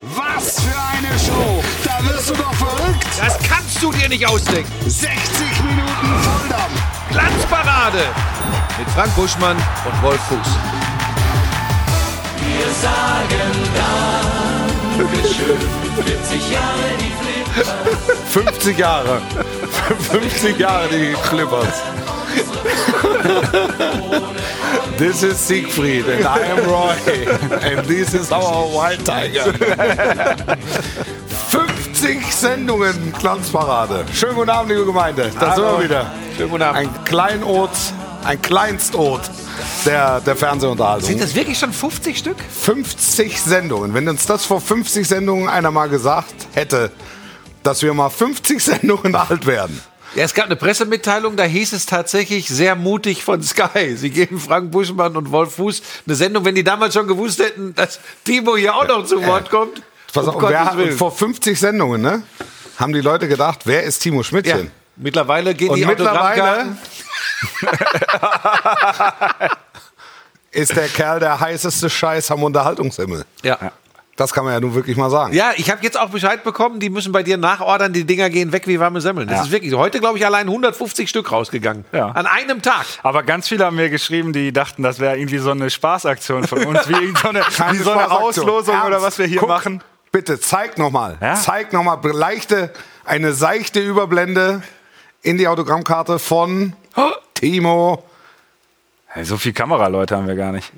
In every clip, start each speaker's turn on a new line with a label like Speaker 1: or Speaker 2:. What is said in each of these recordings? Speaker 1: Was für eine Show! Da wirst du doch verrückt!
Speaker 2: Das kannst du dir nicht ausdenken.
Speaker 1: 60 Minuten Volldampf!
Speaker 2: Glanzparade mit Frank Buschmann und Wolf Fuß.
Speaker 3: Wir sagen dann, schön, 40 Jahre die Flipper.
Speaker 4: 50 Jahre. 50 Jahre die Clippers. This is Siegfried and I am Roy and this is our Wild Tiger. 50 Sendungen Glanzparade. Schönen guten Abend, liebe Gemeinde. Da sind
Speaker 2: Hallo.
Speaker 4: wir wieder.
Speaker 2: Schönen guten Abend.
Speaker 4: Ein Kleinod, ein Kleinstod der, der Fernsehunterhaltung.
Speaker 2: Sind das wirklich schon 50 Stück?
Speaker 4: 50 Sendungen. Wenn uns das vor 50 Sendungen einer mal gesagt hätte, dass wir mal 50 Sendungen alt werden.
Speaker 2: Ja, es gab eine Pressemitteilung, da hieß es tatsächlich sehr mutig von Sky. Sie geben Frank Buschmann und Wolf Fuß eine Sendung, wenn die damals schon gewusst hätten, dass Timo hier auch noch zu Wort kommt.
Speaker 4: Pass
Speaker 2: Um
Speaker 4: auf, wer
Speaker 2: Gottes
Speaker 4: hat,
Speaker 2: Willen.
Speaker 4: vor 50 Sendungen, ne? Haben die Leute gedacht, wer ist Timo
Speaker 2: ja,
Speaker 4: Schmidtchen?
Speaker 2: mittlerweile gehen
Speaker 4: Und
Speaker 2: die
Speaker 4: mittlerweile
Speaker 2: Autogrammkarten.
Speaker 4: ist der Kerl der heißeste Scheiß am Unterhaltungshimmel.
Speaker 2: Ja.
Speaker 4: Das kann man ja nun wirklich mal sagen.
Speaker 2: Ja, ich habe jetzt auch Bescheid bekommen, die müssen bei dir nachordern, die Dinger gehen weg wie warme Semmeln. Das ist wirklich so. Heute, glaube ich, allein 150 Stück rausgegangen.
Speaker 5: Ja.
Speaker 2: An einem Tag.
Speaker 5: Aber ganz viele haben mir geschrieben, die dachten, das wäre irgendwie so eine Spaßaktion von uns, wie irgend so eine,
Speaker 4: Keine
Speaker 5: wie so eine
Speaker 4: Spaßaktion.
Speaker 5: Auslosung oder
Speaker 4: Ernst?
Speaker 5: was wir hier
Speaker 4: Guck,
Speaker 5: machen.
Speaker 4: Bitte, zeig nochmal.
Speaker 5: Ja?
Speaker 4: Zeig nochmal leichte, eine seichte Überblende in die Autogrammkarte von Timo.
Speaker 5: Hey, so viel Kameraleute haben wir gar nicht.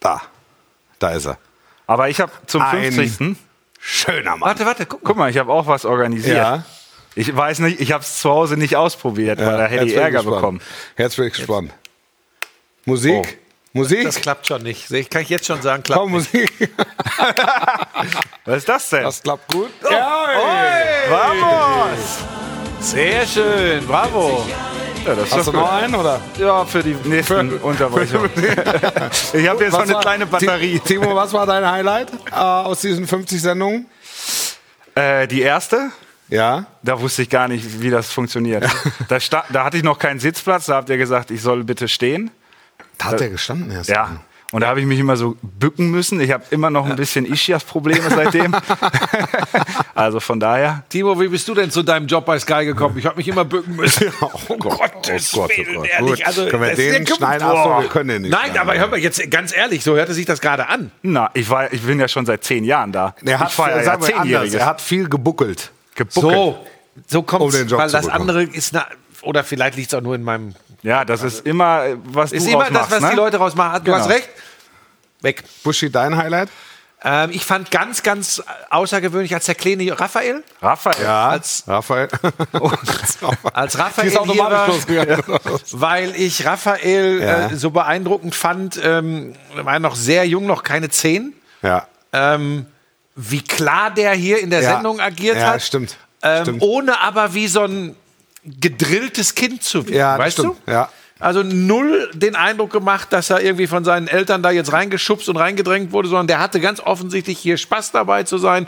Speaker 4: Da. Da ist er.
Speaker 5: Aber ich habe zum
Speaker 4: Ein-
Speaker 5: 50.
Speaker 4: Schöner Mann.
Speaker 2: Warte, warte, guck mal.
Speaker 5: Guck mal, ich habe auch was organisiert. Ich weiß nicht, ich habe es zu Hause nicht ausprobiert, weil da hätte
Speaker 4: jetzt bin ich
Speaker 5: ich Ärger
Speaker 4: gespannt.
Speaker 5: bekommen. Oh.
Speaker 4: Jetzt bin ich gespannt. Musik?
Speaker 2: Das
Speaker 4: Musik?
Speaker 2: klappt schon nicht. Ich- Kann ich jetzt schon sagen, klappt
Speaker 4: Komm, Musik.
Speaker 5: Was ist das denn?
Speaker 4: Das klappt gut. Ja, ey.
Speaker 5: Vamos!
Speaker 2: Sehr schön, bravo.
Speaker 5: Ja, das
Speaker 4: Hast
Speaker 5: ist
Speaker 4: du
Speaker 5: doch
Speaker 4: noch
Speaker 5: gut.
Speaker 4: einen, oder?
Speaker 5: Ja, für die nächsten Unterbrechung. ich habe jetzt noch
Speaker 4: Was
Speaker 5: eine
Speaker 4: war-
Speaker 5: kleine Batterie.
Speaker 4: Ti- Timo, was war dein Highlight äh, aus diesen 50 Sendungen?
Speaker 5: Äh, die erste,
Speaker 4: Ja.
Speaker 5: Da wusste ich gar nicht, wie das funktioniert. Da, sta- da hatte ich noch keinen Sitzplatz, da habt ihr gesagt, ich soll bitte stehen.
Speaker 4: Da hat er gestanden erst.
Speaker 5: Äh, Ja. Und da habe ich mich immer so bücken müssen. Ich habe immer noch ein bisschen Ischias-Probleme seitdem. also von daher.
Speaker 2: Timo, wie bist du denn zu deinem Job bei Sky gekommen? Ich habe mich immer bücken müssen. Um
Speaker 4: Oh Gott,
Speaker 2: Gottes Willen, ehrlich,
Speaker 4: Gut.
Speaker 2: also,
Speaker 4: können wir
Speaker 2: das ist
Speaker 4: den
Speaker 2: ja-
Speaker 4: schneiden?
Speaker 2: Boah.
Speaker 4: Achso, wir können den nicht.
Speaker 2: Nein,
Speaker 4: schneiden.
Speaker 2: aber hör mal jetzt ganz ehrlich, so hörte sich das gerade an.
Speaker 5: Na, ich, war, ich bin ja schon seit zehn Jahren da.
Speaker 4: er hat,
Speaker 5: ich war ja
Speaker 4: sagen wir anders,
Speaker 5: zehnjähriges.
Speaker 4: er hat viel gebuckelt.
Speaker 5: Gebuckelt.
Speaker 2: So, so kommt
Speaker 4: Um den Job
Speaker 2: weil
Speaker 4: zu
Speaker 2: das
Speaker 4: bekommen.
Speaker 2: andere ist na, oder vielleicht liegt es auch nur in meinem
Speaker 5: Ja, das ist immer, äh, was
Speaker 2: Ist
Speaker 5: du
Speaker 2: immer das,
Speaker 5: rausmachst,
Speaker 2: was
Speaker 5: ne?
Speaker 2: die Leute rausmachen. Du
Speaker 5: Genau.
Speaker 2: hast recht. Weg.
Speaker 4: Buschi, dein Highlight?
Speaker 2: Ähm, ich fand ganz, ganz außergewöhnlich, als der kleine Raphael,
Speaker 5: Raphael.
Speaker 2: Als-
Speaker 4: Raphael.
Speaker 2: als Raphael
Speaker 4: Die ist
Speaker 2: hier war,
Speaker 4: automatisch losgegangen.
Speaker 2: weil ich Raphael
Speaker 4: Ja.
Speaker 2: äh, so beeindruckend fand, ähm, er war noch sehr jung, noch keine zehn,
Speaker 4: Ja.
Speaker 2: ähm, wie klar der hier in der
Speaker 4: Ja.
Speaker 2: Sendung agiert
Speaker 4: Ja,
Speaker 2: hat.
Speaker 4: stimmt.
Speaker 2: Ähm,
Speaker 4: Stimmt.
Speaker 2: Ohne aber wie so ein gedrilltes Kind zu wirken,
Speaker 4: Ja, das
Speaker 2: weißt
Speaker 4: stimmt.
Speaker 2: du?
Speaker 4: Ja.
Speaker 2: Also null den Eindruck gemacht, dass er irgendwie von seinen Eltern da jetzt reingeschubst und reingedrängt wurde, sondern der hatte ganz offensichtlich hier Spaß dabei zu sein.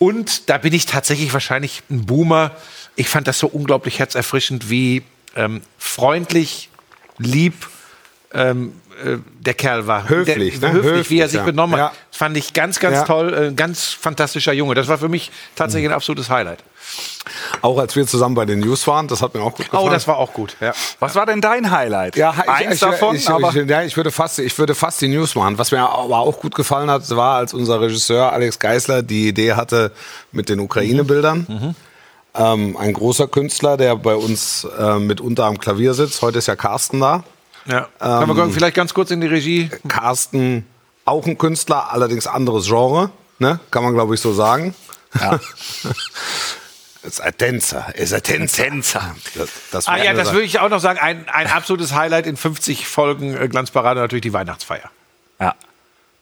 Speaker 2: Und da bin ich tatsächlich wahrscheinlich ein Boomer. Ich fand das so unglaublich herzerfrischend, wie ähm, freundlich, lieb ähm, äh, der Kerl war.
Speaker 4: Höflich,
Speaker 2: der,
Speaker 4: ne?
Speaker 2: höflich, wie er
Speaker 4: Höflich,
Speaker 2: sich
Speaker 4: ja.
Speaker 2: benommen hat.
Speaker 4: Ja.
Speaker 2: Das fand ich ganz, ganz
Speaker 4: Ja. Mhm.
Speaker 2: toll. Äh, ganz fantastischer Junge. Das war für mich tatsächlich ein absolutes Highlight.
Speaker 4: Auch als wir zusammen bei den News waren, das hat mir auch gut gefallen.
Speaker 2: Oh, das war auch gut.
Speaker 4: Ja.
Speaker 5: Was war denn dein Highlight?
Speaker 4: Ja, ich,
Speaker 5: Eins
Speaker 4: ich,
Speaker 5: davon,
Speaker 4: ich,
Speaker 5: aber.
Speaker 4: Ich, ja, ich, würde fast, ich würde fast die News machen. Was mir aber auch gut gefallen hat, war, als unser Regisseur Alex Geisler die Idee hatte mit den Ukraine-Bildern. Ähm, ein großer Künstler, der bei uns äh, mitunter am Klavier sitzt. Heute ist ja Carsten da.
Speaker 2: Ja.
Speaker 4: Ähm.
Speaker 2: Können wir vielleicht ganz kurz in die Regie?
Speaker 4: Carsten, auch ein Künstler, allerdings anderes Genre, ne? kann man glaube ich so sagen.
Speaker 5: Ja.
Speaker 4: ist ein Tänzer, ist ein Tänzer. Das, das
Speaker 2: Ah ja,
Speaker 4: wäre
Speaker 2: das würde ich auch noch sagen. Ein, ein absolutes Highlight in 50 Folgen äh, Glanzparade natürlich die Weihnachtsfeier.
Speaker 5: ja.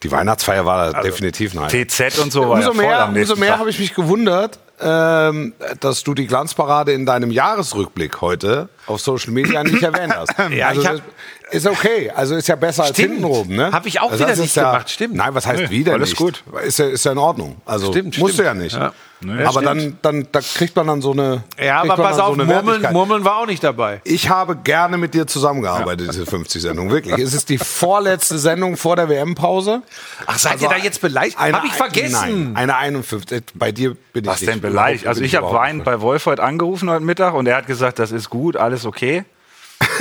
Speaker 4: Die Weihnachtsfeier war da definitiv nein.
Speaker 5: TZ und so war ja
Speaker 4: umso
Speaker 5: voll
Speaker 4: mehr,
Speaker 5: am nächsten
Speaker 4: umso mehr
Speaker 5: Tag.
Speaker 4: habe ich mich gewundert, äh, ähm, dass du die Glanzparade in deinem Jahresrückblick heute auf Social Media nicht erwähnt hast.
Speaker 2: Ja,
Speaker 4: also
Speaker 2: ich
Speaker 4: das
Speaker 2: hab-
Speaker 4: ist okay. Also ist ja besser als
Speaker 2: Stimmt.
Speaker 4: hintenrum. Ne?
Speaker 2: Hab ich auch
Speaker 4: also
Speaker 2: wieder
Speaker 4: das ist
Speaker 2: nicht gemacht, stimmt.
Speaker 4: Nein, was heißt wieder
Speaker 5: alles
Speaker 4: nicht?
Speaker 5: gut.
Speaker 4: Ist ja, ist ja in Ordnung. Also
Speaker 2: Stimmt,
Speaker 4: musst
Speaker 2: stimmt.
Speaker 4: du ja nicht.
Speaker 2: Ja.
Speaker 5: Nee,
Speaker 4: aber dann,
Speaker 5: stimmt.
Speaker 4: dann da kriegt man dann so eine.
Speaker 2: Ja,
Speaker 4: kriegt man
Speaker 2: aber pass
Speaker 4: dann
Speaker 2: auf, Murmeln,
Speaker 4: Wertigkeit.
Speaker 2: Murmeln war auch nicht dabei.
Speaker 4: Ich habe gerne mit dir zusammengearbeitet, diese 50-Sendung. Wirklich. Es ist die vorletzte Sendung vor der WM-Pause.
Speaker 2: Ach, seid ihr da jetzt beleidigt?
Speaker 4: Eine-
Speaker 2: Hab ich vergessen.
Speaker 4: Nein, eine 51. Bei dir bin
Speaker 5: Was
Speaker 4: ich
Speaker 5: denn
Speaker 4: nicht.
Speaker 5: beleidigt? Also
Speaker 4: Bin
Speaker 5: ich habe
Speaker 4: überhaupt
Speaker 5: weinend bei Wolf heute angerufen heute Mittag und er hat gesagt, das ist gut, alles okay.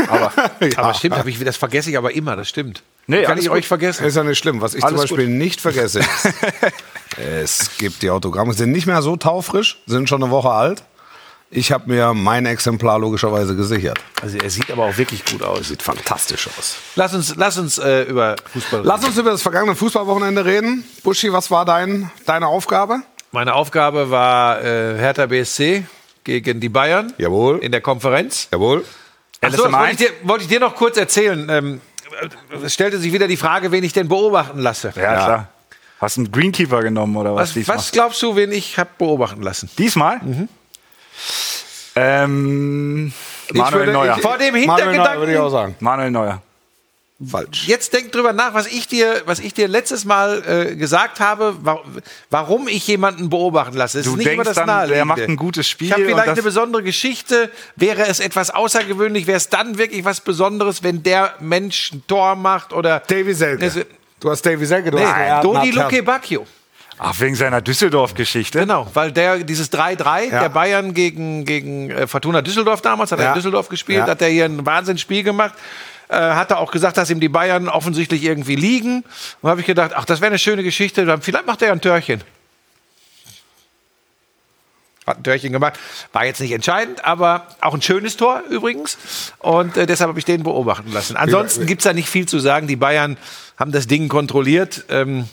Speaker 5: Aber
Speaker 4: nicht.
Speaker 2: Aber stimmt, hab ich, das vergesse ich aber immer, das stimmt.
Speaker 5: Nee,
Speaker 2: Kann
Speaker 5: alles
Speaker 2: ich
Speaker 5: gut.
Speaker 2: euch vergessen?
Speaker 4: Ist ja nicht schlimm. Was ich
Speaker 5: Alles
Speaker 4: zum Beispiel nicht vergesse, ist, es gibt die Autogramme, sind nicht mehr so taufrisch, sind schon eine Woche alt. Ich habe mir mein Exemplar logischerweise gesichert.
Speaker 2: Also er sieht aber auch wirklich gut aus.
Speaker 4: Sieht fantastisch aus.
Speaker 2: Lass uns, lass uns äh, über Fußball reden.
Speaker 4: Lass uns über das vergangene Fußballwochenende reden. Buschi, was war dein, deine Aufgabe?
Speaker 2: Meine Aufgabe war äh, Hertha BSC gegen die Bayern
Speaker 4: Jawohl.
Speaker 2: in der Konferenz.
Speaker 4: Jawohl.
Speaker 2: Achso, das
Speaker 5: LSM1?
Speaker 2: wollte ich, dir, wollte ich dir noch kurz erzählen. Ähm, es stellte sich wieder die Frage, wen ich denn beobachten lasse.
Speaker 5: ja, klar. Hast du einen Greenkeeper genommen oder was?
Speaker 2: Was,
Speaker 5: diesmal?
Speaker 2: was glaubst du, wen ich habe beobachten lassen?
Speaker 5: Diesmal?
Speaker 4: Mhm.
Speaker 5: Ähm, Manuel
Speaker 4: würde-
Speaker 5: Neuer.
Speaker 4: ich-
Speaker 2: Vor dem
Speaker 4: Manuel Neuer, würde ich auch
Speaker 2: Hintergedanken.
Speaker 4: sagen.
Speaker 5: Manuel Neuer.
Speaker 4: Falsch.
Speaker 2: Jetzt denk drüber nach, was ich dir, was ich dir letztes Mal äh, gesagt habe, wa warum ich jemanden beobachten lasse. Es
Speaker 5: Du
Speaker 2: ist nicht immer
Speaker 5: denkst
Speaker 2: das
Speaker 5: dann,
Speaker 2: Naheliegende.
Speaker 5: der macht ein gutes Spiel
Speaker 2: Ich habe
Speaker 5: und
Speaker 2: vielleicht
Speaker 5: das-
Speaker 2: eine besondere Geschichte. Wäre es etwas außergewöhnlich, wäre es dann wirklich was Besonderes, wenn der Mensch ein Tor macht oder.
Speaker 4: Davy
Speaker 2: Es-
Speaker 4: Selke. Du hast Davy Selke, du hast
Speaker 2: Also, Nee,
Speaker 4: Erden
Speaker 2: Dodi
Speaker 4: Abklasse.
Speaker 2: Luke Bacchio.
Speaker 5: Ach, wegen seiner Düsseldorf-Geschichte.
Speaker 2: Genau, weil der dieses 3-3
Speaker 4: Ja.
Speaker 2: der Bayern gegen, gegen äh, Fortuna Düsseldorf damals, hat er
Speaker 4: Ja.
Speaker 2: in Düsseldorf gespielt,
Speaker 4: Ja.
Speaker 2: hat er hier ein Wahnsinnsspiel gemacht. Äh, hat er auch gesagt, dass ihm die Bayern offensichtlich irgendwie liegen. Und habe ich gedacht, ach, das wäre eine schöne Geschichte. dann Vielleicht macht er ja ein Törchen. Hat ein Törchen gemacht. War jetzt nicht entscheidend, aber auch ein schönes Tor übrigens. Und äh, deshalb habe ich den beobachten lassen. Ansonsten gibt es da nicht viel zu sagen. Die Bayern haben das Ding kontrolliert. Ähm,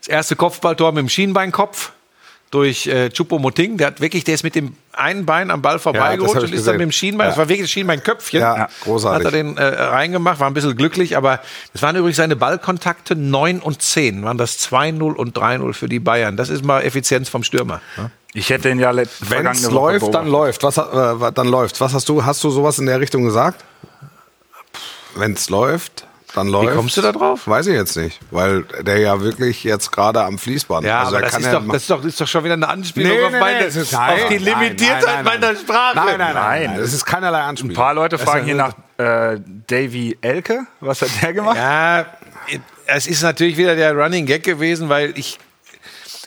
Speaker 2: das erste Kopfballtor mit dem Schienbeinkopf durch äh, Chupomoting. Der hat wirklich, der ist mit dem einen Bein am Ball vorbeigerutscht
Speaker 4: hab
Speaker 2: und
Speaker 4: ich
Speaker 2: ist dann
Speaker 4: gesehen.
Speaker 2: mit dem Schienbein, das
Speaker 4: Ja.
Speaker 2: war wirklich das Schienbeinköpfchen.
Speaker 4: Ja, großartig.
Speaker 2: Hat er den äh, reingemacht, war ein bisschen glücklich, aber es waren übrigens seine Ballkontakte 9 und 10. Waren das 2-0 und 3-0 für die Bayern. Das ist mal Effizienz vom Stürmer. ne?
Speaker 5: Ich hätte ihn ja letzt-
Speaker 4: Wenn es
Speaker 5: vergangene Woche
Speaker 4: läuft, dann läuft.
Speaker 5: beobachtet.
Speaker 4: Was, äh, dann läuft. Was hast du? Hast du sowas in der Richtung gesagt? Wenn es läuft, dann läuft.
Speaker 2: kommst du da drauf?
Speaker 4: Weiß ich jetzt nicht, weil der ja wirklich jetzt gerade am Fließband.
Speaker 2: Ja,
Speaker 4: Also
Speaker 2: aber
Speaker 4: er
Speaker 2: das
Speaker 4: kann
Speaker 2: ist,
Speaker 4: ja
Speaker 2: doch,
Speaker 4: ma-
Speaker 2: das, ist doch, ist doch schon wieder eine Anspielung
Speaker 4: Nee,
Speaker 2: auf,
Speaker 4: nee, nee,
Speaker 2: meine,
Speaker 4: es ist-
Speaker 2: auf die
Speaker 4: nein, nein,
Speaker 2: Limitiertheit
Speaker 4: nein, nein,
Speaker 2: meiner
Speaker 4: nein.
Speaker 2: Sprache.
Speaker 4: Nein, nein, nein,
Speaker 5: Nein.
Speaker 4: nein. Das ist keinerlei
Speaker 5: Ein
Speaker 4: Anspielung.
Speaker 5: paar Leute fragen hier
Speaker 4: ja-
Speaker 5: nach äh, Davy Elke. Was hat der gemacht?
Speaker 2: Ja, es ist natürlich wieder der Running Gag gewesen, weil ich.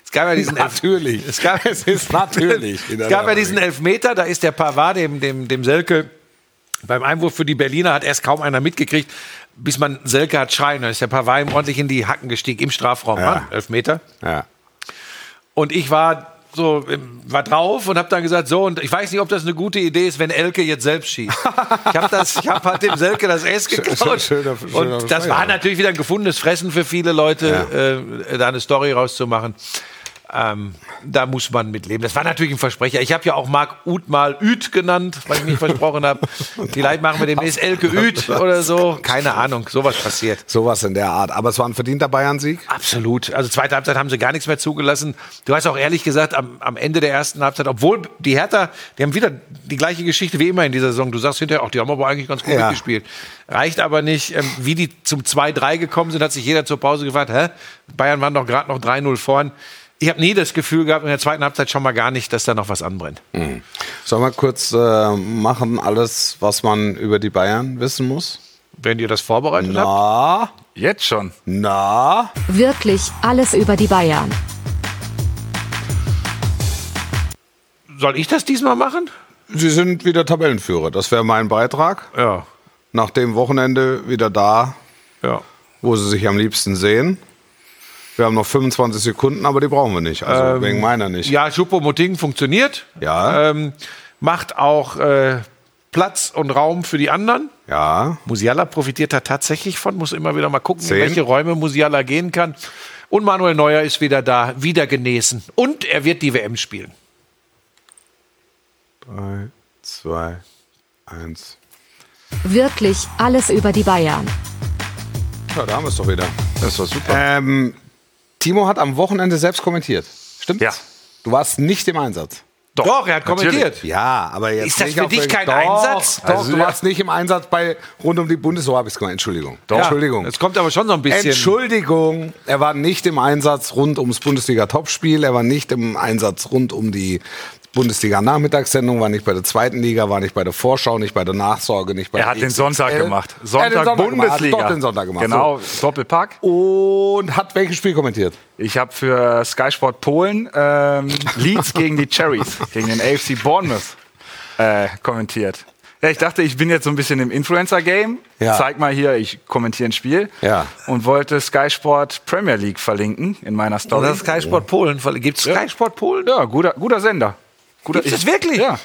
Speaker 2: Es gab ja diesen Elf-
Speaker 4: Natürlich.
Speaker 2: Es gab,
Speaker 4: Es ist natürlich.
Speaker 2: es gab ja diesen Elfmeter, da ist der Pavard dem, dem, dem Selke beim Einwurf für die Berliner hat erst kaum einer mitgekriegt, bis man Selke hat schreien. Da ist der Pavard ihm ordentlich in die Hacken gestiegen im Strafraum.
Speaker 4: Ja.
Speaker 2: Mann, Elfmeter.
Speaker 4: Ja.
Speaker 2: Und ich war so ähm, war drauf und habe dann gesagt so und ich weiß nicht ob das eine gute Idee ist wenn Elke jetzt selbst schießt ich habe das ich habe halt dem Selke das S geklaut
Speaker 4: schöner- schöner
Speaker 2: und das
Speaker 4: Schweiger.
Speaker 2: war natürlich wieder ein gefundenes Fressen für viele Leute äh, da eine Story rauszumachen ähm, da muss man mit leben. Das war natürlich ein Versprecher. Ich habe ja auch Marc Uth mal Uth genannt, weil ich mich versprochen habe. Vielleicht machen wir demnächst Elke Uth oder so. Keine Ahnung, sowas passiert.
Speaker 4: Sowas in der Art. Aber es war ein verdienter Bayern-Sieg.
Speaker 2: Absolut. Also zweite Halbzeit haben sie gar nichts mehr zugelassen. Du hast auch ehrlich gesagt, am, am Ende der ersten Halbzeit, obwohl die Hertha, die haben wieder die gleiche Geschichte wie immer in dieser Saison. Du sagst hinterher, auch die haben aber eigentlich ganz gut
Speaker 4: Ja.
Speaker 2: mitgespielt. Reicht aber nicht. Ähm, wie die zum 2-3 gekommen sind, hat sich jeder zur Pause gefragt, hä? Bayern waren doch gerade noch 3-0 vorn. Ich habe nie das Gefühl gehabt, in der zweiten Halbzeit schon mal gar nicht, dass da noch was anbrennt.
Speaker 4: Sollen wir kurz äh, machen, alles, was man über die Bayern wissen muss?
Speaker 2: Wenn ihr das vorbereitet habt.
Speaker 4: Na,
Speaker 5: Jetzt schon.
Speaker 4: na.
Speaker 6: Wirklich alles über die Bayern.
Speaker 2: Soll ich das diesmal machen?
Speaker 4: Sie sind wieder Tabellenführer. Das wäre mein Beitrag.
Speaker 2: Ja.
Speaker 4: Nach dem Wochenende wieder da,
Speaker 2: Ja.
Speaker 4: wo sie sich am liebsten sehen. Wir haben noch 25 Sekunden, aber die brauchen wir nicht. Also wegen meiner nicht.
Speaker 2: Ja, Schuppomoting funktioniert.
Speaker 4: Ja.
Speaker 2: Ähm, macht auch äh, Platz und Raum für die anderen.
Speaker 4: Ja.
Speaker 2: Musiala profitiert da tatsächlich von, muss immer wieder mal gucken,
Speaker 4: Zehn.
Speaker 2: in welche Räume Musiala gehen kann. Und Manuel Neuer ist wieder da, wieder genesen. Und er wird die WM spielen.
Speaker 4: Drei, zwei, eins.
Speaker 6: Wirklich alles über die Bayern.
Speaker 4: Ja, da haben wir es doch wieder.
Speaker 5: Das war super.
Speaker 4: Ähm, Timo hat am Wochenende selbst kommentiert. Stimmt's?
Speaker 5: Ja.
Speaker 4: Du warst nicht im Einsatz.
Speaker 2: Doch, er hat
Speaker 5: natürlich.
Speaker 2: kommentiert.
Speaker 4: Ja, aber jetzt
Speaker 2: Ist das
Speaker 4: nicht
Speaker 2: für
Speaker 4: auf
Speaker 2: dich
Speaker 4: der-
Speaker 2: kein
Speaker 4: doch,
Speaker 2: Einsatz?
Speaker 4: Doch,
Speaker 5: Also,
Speaker 4: du
Speaker 5: ja.
Speaker 4: warst nicht im Einsatz bei rund um die Bundes. So habe ich es gemacht. Entschuldigung. Doch. Entschuldigung.
Speaker 2: Es kommt aber schon so ein bisschen.
Speaker 4: Entschuldigung, er war nicht im Einsatz rund ums Bundesliga-Topspiel, er war nicht im Einsatz rund um die Bundesliga-Nachmittagssendung, war nicht bei der zweiten Liga, war nicht bei der Vorschau, nicht bei der Nachsorge, nicht bei
Speaker 5: Er hat
Speaker 4: der
Speaker 5: den Sonntag
Speaker 4: XXL.
Speaker 5: gemacht.
Speaker 4: Er hat
Speaker 5: Sonntag,
Speaker 4: den gemacht,
Speaker 5: Bundesliga.
Speaker 4: Hat doch den Sonntag gemacht.
Speaker 5: Genau, Doppelpack.
Speaker 4: So. Und hat welches Spiel kommentiert?
Speaker 5: Ich habe für Sky Sport Polen ähm, Leeds gegen die Cherries, gegen den AFC Bournemouth äh, kommentiert. Ja, ich dachte, ich bin jetzt so ein bisschen im Influencer-Game.
Speaker 4: Ja.
Speaker 5: Zeig mal hier, ich kommentiere ein Spiel.
Speaker 4: Ja.
Speaker 5: Und wollte Sky Sport Premier League verlinken in meiner Story.
Speaker 2: Oder Sky Sport Polen. Gibt es Sky Sport Polen?
Speaker 5: ja, guter, guter Sender. Guter,
Speaker 2: Gibt's das wirklich?
Speaker 5: Ja.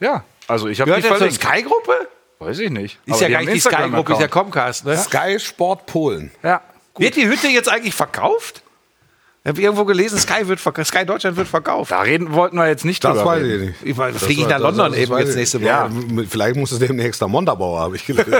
Speaker 5: Ja, also ich habe die
Speaker 2: Gehört er zur
Speaker 5: verlinkt.
Speaker 2: Sky-Gruppe?
Speaker 5: Weiß ich nicht.
Speaker 2: Ist ja gar nicht die Sky-Gruppe, ist ja Comcast. Ne?
Speaker 4: Sky Sport Polen.
Speaker 5: ja.
Speaker 2: Wird die Hütte jetzt eigentlich verkauft? Ich habe irgendwo gelesen, Sky, wird verk- Sky Deutschland wird verkauft.
Speaker 5: Da reden wollten wir jetzt nicht
Speaker 4: Das
Speaker 5: drüber
Speaker 4: weiß
Speaker 5: reden.
Speaker 4: ich nicht.
Speaker 2: Ich meine, fliege ich
Speaker 4: Das
Speaker 2: nach
Speaker 4: war-
Speaker 2: London
Speaker 4: das- das
Speaker 2: eben
Speaker 4: weiß
Speaker 2: jetzt
Speaker 4: ich.
Speaker 2: nächste Woche.
Speaker 4: Ja, m- vielleicht muss es demnächst am Montabaur, habe ich gelesen.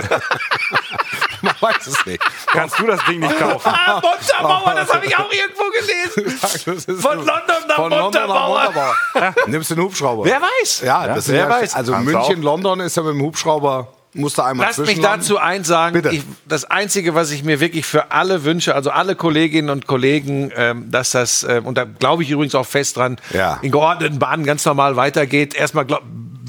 Speaker 4: Man weiß es nicht.
Speaker 5: Kannst du das Ding nicht kaufen?
Speaker 2: Ah, Montabaur, das habe ich auch irgendwo gelesen.
Speaker 4: Das ist-
Speaker 2: Von London nach
Speaker 4: Von London nach
Speaker 2: Montabaur.
Speaker 4: Montabaur. Nimmst du einen Hubschrauber?
Speaker 2: Wer weiß?
Speaker 4: Ja, das
Speaker 2: Wer
Speaker 4: ist
Speaker 2: weiß?
Speaker 4: Also
Speaker 5: Kannst du
Speaker 4: München, London ist ja mit dem Hubschrauber, musste einmal
Speaker 2: Lasst mich
Speaker 4: zwischenlanden.
Speaker 2: dazu eins sagen.
Speaker 4: Bitte.
Speaker 2: Ich, das Einzige, was ich mir wirklich für alle wünsche, also alle Kolleginnen und Kollegen, ähm, dass das, ähm, und da glaube ich übrigens auch fest dran,
Speaker 4: Ja.
Speaker 2: in geordneten Bahnen ganz normal weitergeht. Erstmal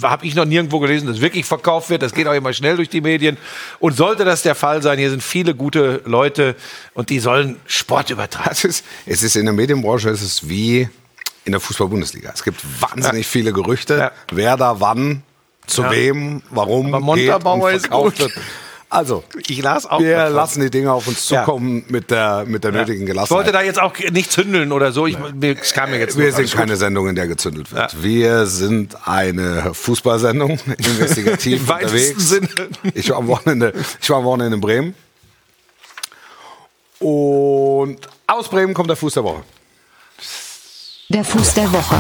Speaker 2: habe ich noch nirgendwo gelesen, dass wirklich verkauft wird. Das geht auch immer schnell durch die Medien. Und sollte das der Fall sein, hier sind viele gute Leute und die sollen Sport übertragen.
Speaker 4: Das ist, es ist in der Medienbranche, es ist wie in der Fußball-Bundesliga. Es gibt wahnsinnig viele Gerüchte,
Speaker 2: Ja.
Speaker 4: wer da wann, zu wem, warum
Speaker 2: Aber Montabaur ist
Speaker 4: verkauft
Speaker 2: gut.
Speaker 4: wird. Also,
Speaker 2: Ich las auch.
Speaker 4: wir
Speaker 2: davon.
Speaker 4: lassen die Dinge auf uns
Speaker 2: Ja.
Speaker 4: zukommen mit der, mit der nötigen
Speaker 2: ich wollte
Speaker 4: Gelassenheit.
Speaker 2: da jetzt auch nichts hündeln oder so. Ich, mir- es kam mir jetzt
Speaker 4: Wir
Speaker 2: nur-
Speaker 4: sind keine Sendung, in der gezündelt wird. Wir sind eine Fußballsendung, investigativ
Speaker 2: Im weitesten
Speaker 4: unterwegs.
Speaker 2: Sinne.
Speaker 4: Ich war, am Wochenende, ich war am Wochenende in Bremen. Und aus Bremen kommt der Fuß der Woche.
Speaker 6: Der Fuß der Woche.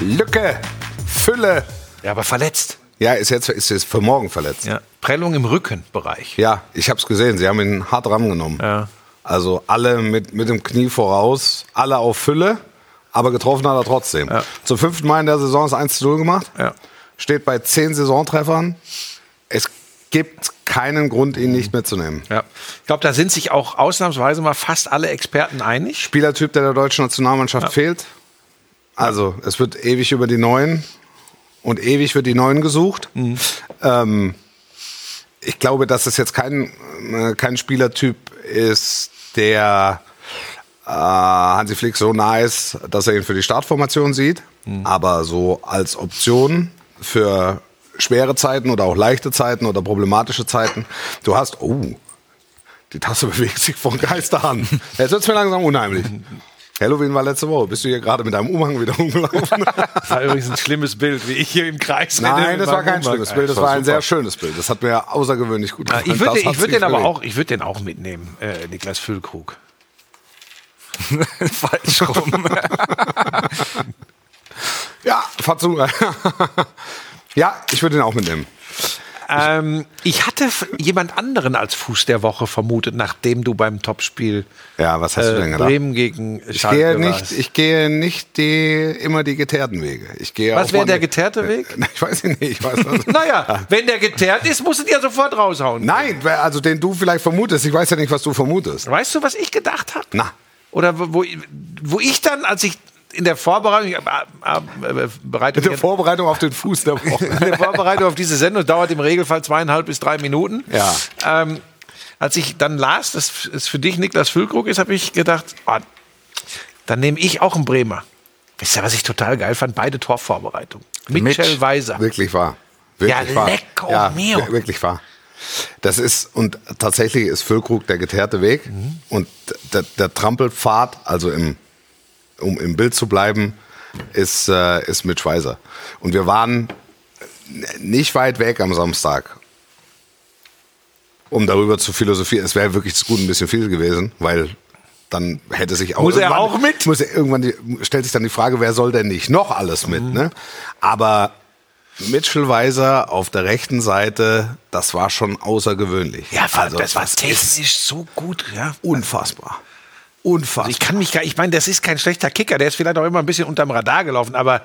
Speaker 4: Lücke, Fülle.
Speaker 2: Ja, aber verletzt.
Speaker 4: Ja, ist jetzt, ist jetzt für morgen verletzt.
Speaker 2: Ja. Prellung im Rückenbereich.
Speaker 4: Ja, ich habe es gesehen. Sie haben ihn hart rangenommen.
Speaker 2: Ja.
Speaker 4: Also alle mit, mit dem Knie voraus, alle auf Fülle, aber getroffen hat er trotzdem. Zum fünften Mal in der Saison ist 1 zu 0 gemacht.
Speaker 2: Ja.
Speaker 4: Steht bei zehn Saisontreffern. Es gibt keinen Grund, ihn nicht mitzunehmen.
Speaker 2: Ja. Ich glaube, da sind sich auch ausnahmsweise mal fast alle Experten einig.
Speaker 4: Spielertyp, der der deutschen Nationalmannschaft fehlt. Also, es wird ewig über die Neuen und ewig wird die Neuen gesucht.
Speaker 2: Mhm.
Speaker 4: Ähm, ich glaube, dass es jetzt kein, äh, kein Spielertyp ist, der äh, Hansi Flick so nah ist, dass er ihn für die Startformation sieht.
Speaker 2: Mhm.
Speaker 4: Aber so als Option für schwere Zeiten oder auch leichte Zeiten oder problematische Zeiten. Du hast, oh, die Tasse bewegt sich von Geisterhand. Jetzt wird's mir langsam unheimlich. Halloween war letzte Woche. Bist du hier gerade mit deinem Umhang wieder rumgelaufen?
Speaker 2: Das war übrigens ein schlimmes Bild, wie ich hier im Kreis
Speaker 4: Nein, das war kein schlimmes Bild. Das war ein sehr schönes Bild. Das hat mir außergewöhnlich gut gefallen.
Speaker 2: Äh, Ich würde
Speaker 4: Das hat's
Speaker 2: ich würd den aber
Speaker 4: gefallen.
Speaker 2: auch, ich würd den auch mitnehmen, äh, Niklas Füllkrug.
Speaker 5: Falsch rum.
Speaker 4: Ja, Fazu. ja, ich würde ihn auch mitnehmen.
Speaker 2: Ähm, ich hatte f- jemand anderen als Fuß der Woche vermutet, nachdem du beim Topspiel
Speaker 4: Ja, was hast du denn gedacht?
Speaker 2: Äh, Bremen halt gegen
Speaker 4: Ich gehe,
Speaker 2: Schalke
Speaker 4: nicht,
Speaker 2: warst.
Speaker 4: ich gehe nicht die, immer die geteerten Wege. Ich gehe
Speaker 2: Was
Speaker 4: auch
Speaker 2: wäre
Speaker 4: mal Äh,
Speaker 2: der
Speaker 4: mit-
Speaker 2: geteerte Weg?
Speaker 4: Ich weiß nicht. Ich weiß nicht. Ah,
Speaker 2: Naja, wenn der geteert ist, musst du dir sofort raushauen.
Speaker 4: Nein, wer- also den du vielleicht vermutest. Ich weiß ja nicht, was du vermutest.
Speaker 2: Weißt du, was ich gedacht habe?
Speaker 4: Na.
Speaker 2: Oder wo, wo- wo ich dann, als ich in der Vorbereitung, ich, ab- ab- äh, bereite
Speaker 4: Mit
Speaker 2: mich
Speaker 4: der Vorbereitung auf den Fuß der
Speaker 2: in der
Speaker 4: Woche.
Speaker 2: Vorbereitung auf diese Sendung dauert im Regelfall zweieinhalb bis drei Minuten.
Speaker 4: Ja.
Speaker 2: Ähm, als ich dann las, dass es für dich Niklas Füllkrug ist, habe ich gedacht, ah, dann nehme ich auch einen Bremer. Wisst ihr, was ich total geil fand? Beide Torvorbereitungen. Mitchell Weiser.
Speaker 4: Wirklich wahr. Wirklich
Speaker 2: Ja,
Speaker 4: wahr.
Speaker 2: lecco
Speaker 4: ja,
Speaker 2: mio.
Speaker 4: wir- Wirklich wahr. Das ist, und tatsächlich ist Füllkrug der geteerte Weg.
Speaker 2: Mhm.
Speaker 4: Und der, der Trampelpfad, also im, um im Bild zu bleiben, ist, äh, ist mit Schweizer. Und wir waren n- nicht weit weg am Samstag, um darüber zu philosophieren. Es wäre wirklich zu gut ein bisschen viel gewesen, weil dann hätte sich auch.
Speaker 2: Muss er
Speaker 4: irgendwann-
Speaker 2: auch mit?
Speaker 4: Muss er irgendwann die, stellt sich dann die Frage, wer soll denn nicht noch alles mit?
Speaker 2: Mhm.
Speaker 4: Ne? Aber Mitchell Weiser auf der rechten Seite, das war schon außergewöhnlich.
Speaker 2: Ja,
Speaker 4: also,
Speaker 2: das war
Speaker 4: ist
Speaker 2: technisch so gut. Ja. Also
Speaker 4: unfassbar. unfassbar.
Speaker 2: Ich kann mich gar, ich meine, das ist kein schlechter Kicker, der ist vielleicht auch immer ein bisschen unterm Radar gelaufen, aber,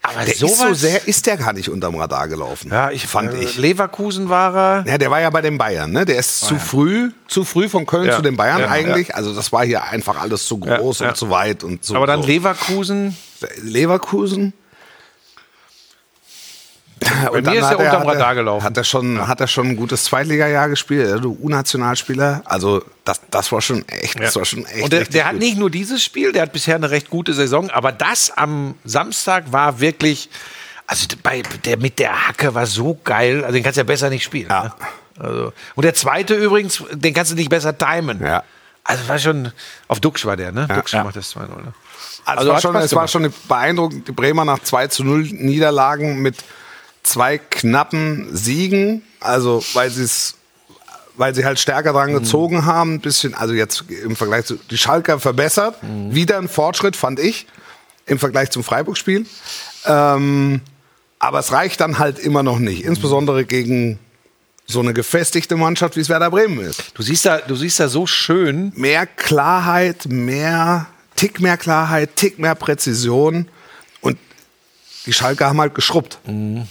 Speaker 2: aber
Speaker 4: der
Speaker 2: sowas,
Speaker 4: ist so sehr, ist der gar nicht unterm Radar gelaufen.
Speaker 2: ja, ich
Speaker 4: fand
Speaker 2: äh,
Speaker 4: ich.
Speaker 2: Leverkusen war er.
Speaker 4: Ja, der war ja bei den Bayern, ne? Der ist zu früh, zu früh von Köln
Speaker 2: Ja.
Speaker 4: zu den Bayern
Speaker 2: Ja,
Speaker 4: eigentlich. Also das war hier einfach alles zu groß
Speaker 2: Ja, ja.
Speaker 4: und zu weit und so.
Speaker 2: Aber dann
Speaker 4: so.
Speaker 2: Leverkusen.
Speaker 4: Leverkusen. Bei
Speaker 2: mir ist er unterm Radar gelaufen.
Speaker 4: Hat er schon, hat er schon ein gutes Zweitligajahr gespielt, ja, du U-Nationalspieler. Also das, das war schon echt, das war schon echt.
Speaker 2: Und der,
Speaker 4: richtig
Speaker 2: der hat
Speaker 4: gut.
Speaker 2: nicht nur dieses Spiel, der hat bisher eine recht gute Saison, aber das am Samstag war wirklich, also bei, der mit der Hacke war so geil, also den kannst du ja besser nicht spielen.
Speaker 4: Ja.
Speaker 2: Ne? Also, und der zweite übrigens, den kannst du nicht besser timen.
Speaker 4: Ja.
Speaker 2: Also war schon, auf Duxch war der, ne? Duxch
Speaker 4: ja.
Speaker 2: macht das 2-0. Ne?
Speaker 4: Also es war
Speaker 2: hat
Speaker 4: schon,
Speaker 2: Spaß
Speaker 4: es war
Speaker 2: gemacht.
Speaker 4: schon beeindruckend, die Bremer nach 2 zu 0 Niederlagen mit zwei knappen Siegen, also weil sie es weil sie halt stärker
Speaker 2: Mhm.
Speaker 4: dran gezogen haben, ein bisschen, also jetzt im Vergleich zu die Schalker verbessert,
Speaker 2: Mhm.
Speaker 4: wieder ein Fortschritt fand ich im Vergleich zum Freiburg-Spiel. Ähm, aber es reicht dann halt immer noch nicht, insbesondere gegen so eine gefestigte Mannschaft wie es Werder Bremen ist
Speaker 2: Du siehst da, du siehst da so schön,
Speaker 4: mehr Klarheit, mehr Tick mehr Klarheit, Tick mehr Präzision und die Schalker haben halt geschrubbt.
Speaker 2: Mhm.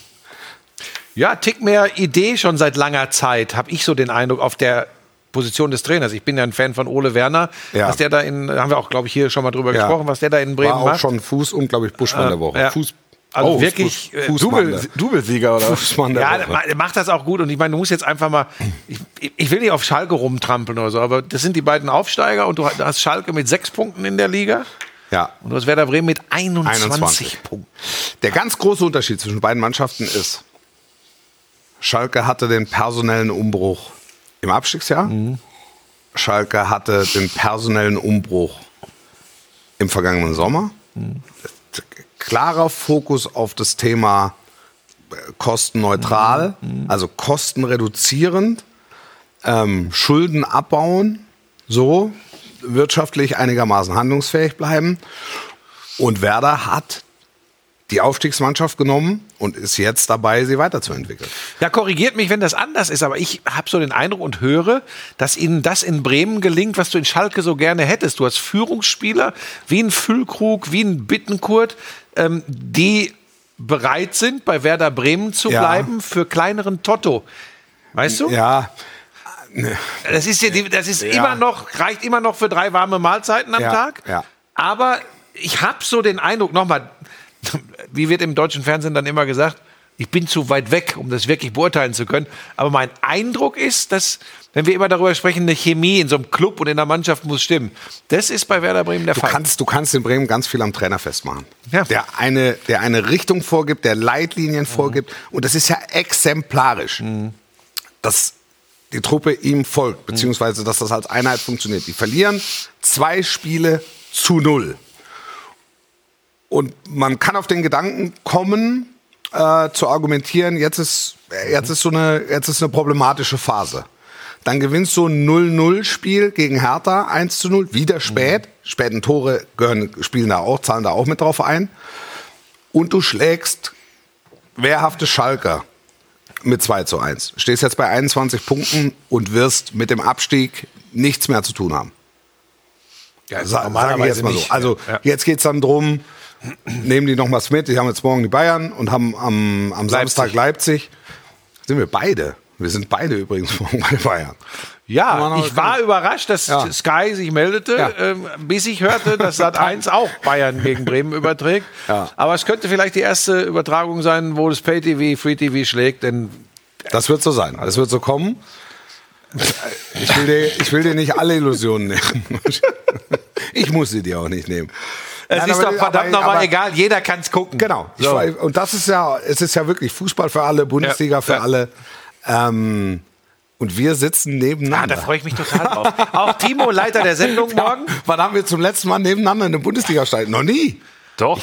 Speaker 2: Ja, Tick mehr Idee schon seit langer Zeit, habe ich so den Eindruck, auf der Position des Trainers. Ich bin ja ein Fan von Ole Werner,
Speaker 4: Ja.
Speaker 2: was der da in, haben wir auch, glaube ich, hier schon mal drüber gesprochen, was der da in Bremen
Speaker 4: War auch
Speaker 2: macht. Äh,
Speaker 4: schon Fuß und glaube ich Buschmann der Woche.
Speaker 2: ja.
Speaker 4: Fuß, Oh,
Speaker 2: Also wirklich, äh,
Speaker 4: Fußmann
Speaker 5: Double,
Speaker 4: der,
Speaker 5: Doublesieger oder was?
Speaker 4: Fußmann der
Speaker 2: ja, der
Speaker 4: Woche.
Speaker 2: ma- der macht das auch gut und ich meine, du musst jetzt einfach mal, ich, ich will nicht auf Schalke rumtrampeln oder so, aber das sind die beiden Aufsteiger und du hast Schalke mit sechs Punkten in der Liga
Speaker 4: ja.
Speaker 2: und du hast Werder Bremen mit 21,
Speaker 4: 21.
Speaker 2: Punkten.
Speaker 4: Der ganz große Unterschied zwischen beiden Mannschaften ist, Schalke hatte den personellen Umbruch im Abstiegsjahr. Schalke hatte den personellen Umbruch im vergangenen Sommer. Klarer Fokus auf das Thema äh, kostenneutral, also kostenreduzierend, ähm, Schulden abbauen, so wirtschaftlich einigermaßen handlungsfähig bleiben. Und Werder hat die Aufstiegsmannschaft genommen und ist jetzt dabei, sie weiterzuentwickeln.
Speaker 2: Ja, korrigiert mich, wenn das anders ist, aber ich habe so den Eindruck und höre, dass Ihnen das in Bremen gelingt, was du in Schalke so gerne hättest. Du hast Führungsspieler wie ein Füllkrug, wie ein Bittenkurt, ähm, die bereit sind, bei Werder Bremen zu
Speaker 4: Ja.
Speaker 2: bleiben für kleineren Totto. Weißt du?
Speaker 4: Ja,
Speaker 2: Das ist, ja, die- das ist immer noch, reicht immer noch für drei warme Mahlzeiten am
Speaker 4: Ja,
Speaker 2: Tag.
Speaker 4: ja.
Speaker 2: Aber ich habe so den Eindruck, nochmal, wie wird im deutschen Fernsehen dann immer gesagt, ich bin zu weit weg, um das wirklich beurteilen zu können. Aber mein Eindruck ist, dass, wenn wir immer darüber sprechen, eine Chemie in so einem Club und in der Mannschaft muss stimmen. Das ist bei Werder Bremen der
Speaker 4: du
Speaker 2: Fall.
Speaker 4: kannst, du kannst in Bremen ganz viel am Trainer festmachen.
Speaker 2: Ja.
Speaker 4: Der, eine, der eine Richtung vorgibt, der Leitlinien vorgibt. Und das ist ja exemplarisch, dass die Truppe ihm folgt, beziehungsweise dass das als Einheit funktioniert. Die verlieren zwei Spiele zu null. Und man kann auf den Gedanken kommen, äh, zu argumentieren, jetzt ist, jetzt, ist so eine, jetzt ist eine problematische Phase. Dann gewinnst du ein 0-0-Spiel gegen Hertha, 1 zu 0, wieder spät. Späten Tore gehören, spielen da auch, zahlen da auch mit drauf ein. Und du schlägst wehrhafte Schalker mit 2 zu 1. Stehst jetzt bei 21 Punkten und wirst mit dem Abstieg nichts mehr zu tun haben. Ja, Sa sage ich jetzt mal so. Also jetzt geht es dann drum, nehmen die noch was mit. Die haben jetzt morgen die Bayern und haben am, am Samstag Leipzig. Sind wir beide. Wir sind beide übrigens morgen bei den Bayern.
Speaker 2: Ja, ich war überrascht, dass
Speaker 4: Ja.
Speaker 2: Sky sich meldete,
Speaker 4: Ja.
Speaker 2: ähm, bis ich hörte, dass Sat 1 auch Bayern gegen Bremen überträgt.
Speaker 4: Ja.
Speaker 2: Aber es könnte vielleicht die erste Übertragung sein, wo das Pay TV, Free TV schlägt, denn
Speaker 4: Das wird so sein. Das wird so kommen. Ich will dir, ich will dir nicht alle Illusionen nehmen. Ich muss sie dir auch nicht nehmen.
Speaker 2: es
Speaker 4: Nein,
Speaker 2: ist
Speaker 4: aber-
Speaker 2: doch verdammt
Speaker 4: aber-
Speaker 2: nochmal
Speaker 4: aber-
Speaker 2: egal, jeder kann es gucken.
Speaker 4: Genau. Ich
Speaker 2: So.
Speaker 4: war, und das ist ja, es ist ja wirklich Fußball für alle, Bundesliga
Speaker 2: Ja,
Speaker 4: für
Speaker 2: ja.
Speaker 4: alle. Ähm, und wir sitzen
Speaker 2: Ah,
Speaker 4: nebeneinander.
Speaker 2: da freue ich mich total drauf. Auch Timo, Leiter der Sendung morgen.
Speaker 4: Wann haben wir zum letzten Mal nebeneinander in der Bundesliga gestanden? Noch nie.
Speaker 5: Doch.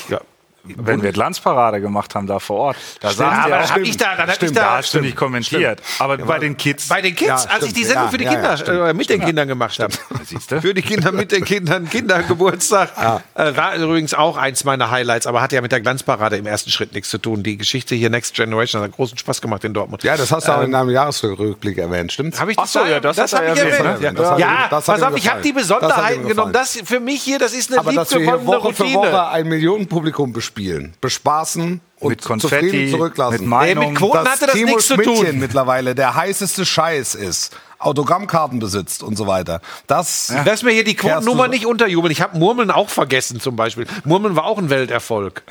Speaker 5: wenn wir Glanzparade gemacht haben da vor Ort, da saßen
Speaker 2: aber
Speaker 5: die
Speaker 2: dann
Speaker 5: auch-
Speaker 2: hab ich da- dann hab ich
Speaker 5: stimmt,
Speaker 2: da-
Speaker 5: da hast du nicht kommentiert. Aber bei den Kids,
Speaker 2: Bei den Kids,
Speaker 4: Ja,
Speaker 2: als ich
Speaker 4: stimmt.
Speaker 2: die Sendung
Speaker 4: Ja,
Speaker 2: für die
Speaker 4: ja, ja,
Speaker 2: Kinder, äh, mit den Kindern gemacht habe.
Speaker 5: Siehst du?
Speaker 2: Für die Kinder, mit den Kindern, Kindergeburtstag. Äh, war übrigens auch eins meiner Highlights, aber hat ja mit der Glanzparade im ersten Schritt nichts zu tun. Die Geschichte hier Next Generation hat großen Spaß gemacht in Dortmund.
Speaker 4: Ja, das hast du auch in deinem Jahresrückblick erwähnt, stimmt's?
Speaker 2: Habe Ähm, ich
Speaker 5: Ach so,
Speaker 2: da-
Speaker 5: ja, das hat
Speaker 2: hab
Speaker 5: er
Speaker 2: ich
Speaker 5: erwähnt,
Speaker 4: ne?
Speaker 2: erwähnt. Ja,
Speaker 4: Das hat ihm-
Speaker 2: ja
Speaker 4: das hat
Speaker 2: pass
Speaker 4: ihm
Speaker 2: auf, ich
Speaker 4: gefallen.
Speaker 2: habe die
Speaker 4: Das hat ihm
Speaker 2: Besonderheiten
Speaker 4: gefallen.
Speaker 2: genommen. Das für mich hier, das ist eine
Speaker 4: aber dass wir hier
Speaker 2: liebgewonnene
Speaker 4: Woche für
Speaker 2: Routine.
Speaker 4: Woche ein Millionenpublikum bespielen, bespaßen und
Speaker 5: Mit Konfetti,
Speaker 4: zufrieden zurücklassen.
Speaker 5: mit Meinung. Nee, mit
Speaker 2: Quoten
Speaker 4: Dass
Speaker 2: hatte das
Speaker 4: Timo
Speaker 2: nichts zu
Speaker 4: Schmidtchen
Speaker 2: tun.
Speaker 4: mittlerweile der heißeste Scheiß ist, Autogrammkarten besitzt und so weiter. Das
Speaker 2: Lass mir hier die
Speaker 4: Kehrst
Speaker 2: Quotennummer
Speaker 4: du-
Speaker 2: nicht unterjubeln. Ich habe Murmeln auch vergessen zum Beispiel. Murmeln war auch ein Welterfolg.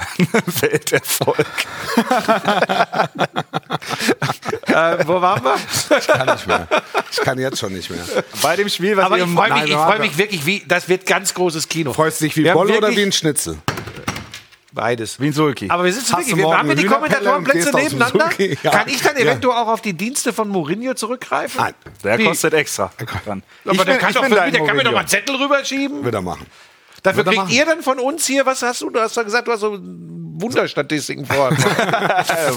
Speaker 5: Welterfolg.
Speaker 2: äh, wo waren wir?
Speaker 4: kann ich mehr. Ich kann jetzt schon nicht mehr.
Speaker 5: Bei dem Spiel, was
Speaker 2: Aber
Speaker 5: ihr
Speaker 2: ich freue mich,
Speaker 5: Nein,
Speaker 2: ich
Speaker 5: warte.
Speaker 2: freu mich wirklich, wie, das wird ganz großes Kino.
Speaker 4: Freust du dich wie
Speaker 2: Wir haben
Speaker 4: Boll oder
Speaker 2: wirklich
Speaker 4: wie ein Schnitzel?
Speaker 2: Beides.
Speaker 5: Wie ein Sulki.
Speaker 2: Aber wir sitzen
Speaker 4: Hast
Speaker 2: wirklich,
Speaker 4: du
Speaker 2: wir,
Speaker 4: morgen
Speaker 2: haben wir die
Speaker 4: eine Hühnerpelle und
Speaker 2: Kommentatorenplätze
Speaker 4: gehst aus dem
Speaker 2: nebeneinander?
Speaker 4: Sulki? Ja.
Speaker 2: Kann ich dann
Speaker 4: Ja.
Speaker 2: eventuell auch auf die Dienste von Mourinho zurückgreifen?
Speaker 4: Nein.
Speaker 5: Der
Speaker 2: Wie?
Speaker 5: kostet extra. Dann.
Speaker 2: Aber
Speaker 5: Ich
Speaker 2: der
Speaker 5: bin-
Speaker 2: kann,
Speaker 5: ich
Speaker 2: doch
Speaker 5: bin
Speaker 2: für
Speaker 5: dein
Speaker 2: mich, der kann mir
Speaker 5: Mourinho.
Speaker 2: doch mal einen Zettel rüberschieben.
Speaker 4: Wieder machen.
Speaker 2: Dafür
Speaker 4: Wird er
Speaker 2: kriegt
Speaker 4: machen.
Speaker 2: ihr dann von uns hier, was hast du, du hast doch gesagt, du hast so Wunderstatistiken vor.
Speaker 5: Äh,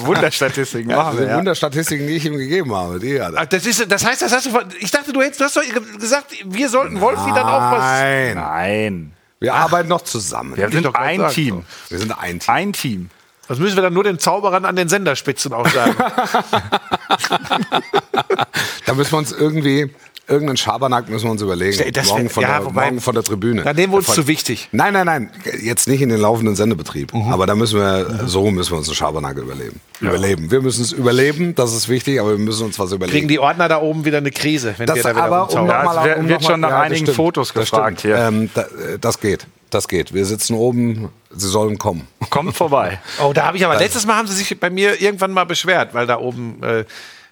Speaker 5: Wunderstatistiken
Speaker 4: Ja, das
Speaker 5: machen wir.
Speaker 4: sind
Speaker 5: Ja.
Speaker 4: Wunderstatistiken, die ich ihm gegeben habe. Die hat er.
Speaker 2: Ach, Ah, das, ist, das heißt, das hast du von, ich dachte, du hättest, du hast doch ge- gesagt, wir sollten Wolfi dann auch was...
Speaker 4: Nein.
Speaker 5: Nein.
Speaker 4: Wir arbeiten noch zusammen.
Speaker 5: Wir sind
Speaker 2: doch grad
Speaker 5: ein
Speaker 2: sagen,
Speaker 5: Team.
Speaker 4: Wir sind ein Team.
Speaker 5: Ein Team.
Speaker 2: Das müssen wir dann nur den Zauberern an den Senderspitzen auch sagen.
Speaker 4: Da müssen wir uns irgendwie, irgendeinen Schabernack müssen wir uns überlegen.
Speaker 2: Das wär-
Speaker 4: morgen, von
Speaker 2: ja,
Speaker 4: der,
Speaker 2: wobei-
Speaker 4: morgen von der Tribüne.
Speaker 2: Da nehmen wir uns
Speaker 4: Von-
Speaker 2: zu wichtig.
Speaker 4: Nein, nein, nein. Jetzt nicht in den laufenden Sendebetrieb.
Speaker 2: Mhm.
Speaker 4: Aber da müssen wir, so müssen wir uns einen Schabernack überleben. Überleben. Wir müssen es überleben, das ist wichtig, aber wir müssen uns was überlegen.
Speaker 2: kriegen die Ordner da oben wieder eine Krise, wenn
Speaker 4: das
Speaker 2: wir da wieder
Speaker 4: aber, um
Speaker 2: rumzaubern.
Speaker 5: Ja,
Speaker 4: noch mal,
Speaker 5: es wird-
Speaker 4: um
Speaker 5: wird
Speaker 4: noch mal-
Speaker 5: schon nach
Speaker 4: das
Speaker 5: einigen Fotos
Speaker 4: das
Speaker 5: gefragt
Speaker 4: stimmt.
Speaker 5: hier.
Speaker 4: Ähm, da, äh, das geht, das geht. Wir sitzen oben, sie sollen kommen.
Speaker 5: Kommt vorbei.
Speaker 2: Oh, da habe ich aber. Letztes Mal haben sie sich bei mir irgendwann mal beschwert, weil da oben äh,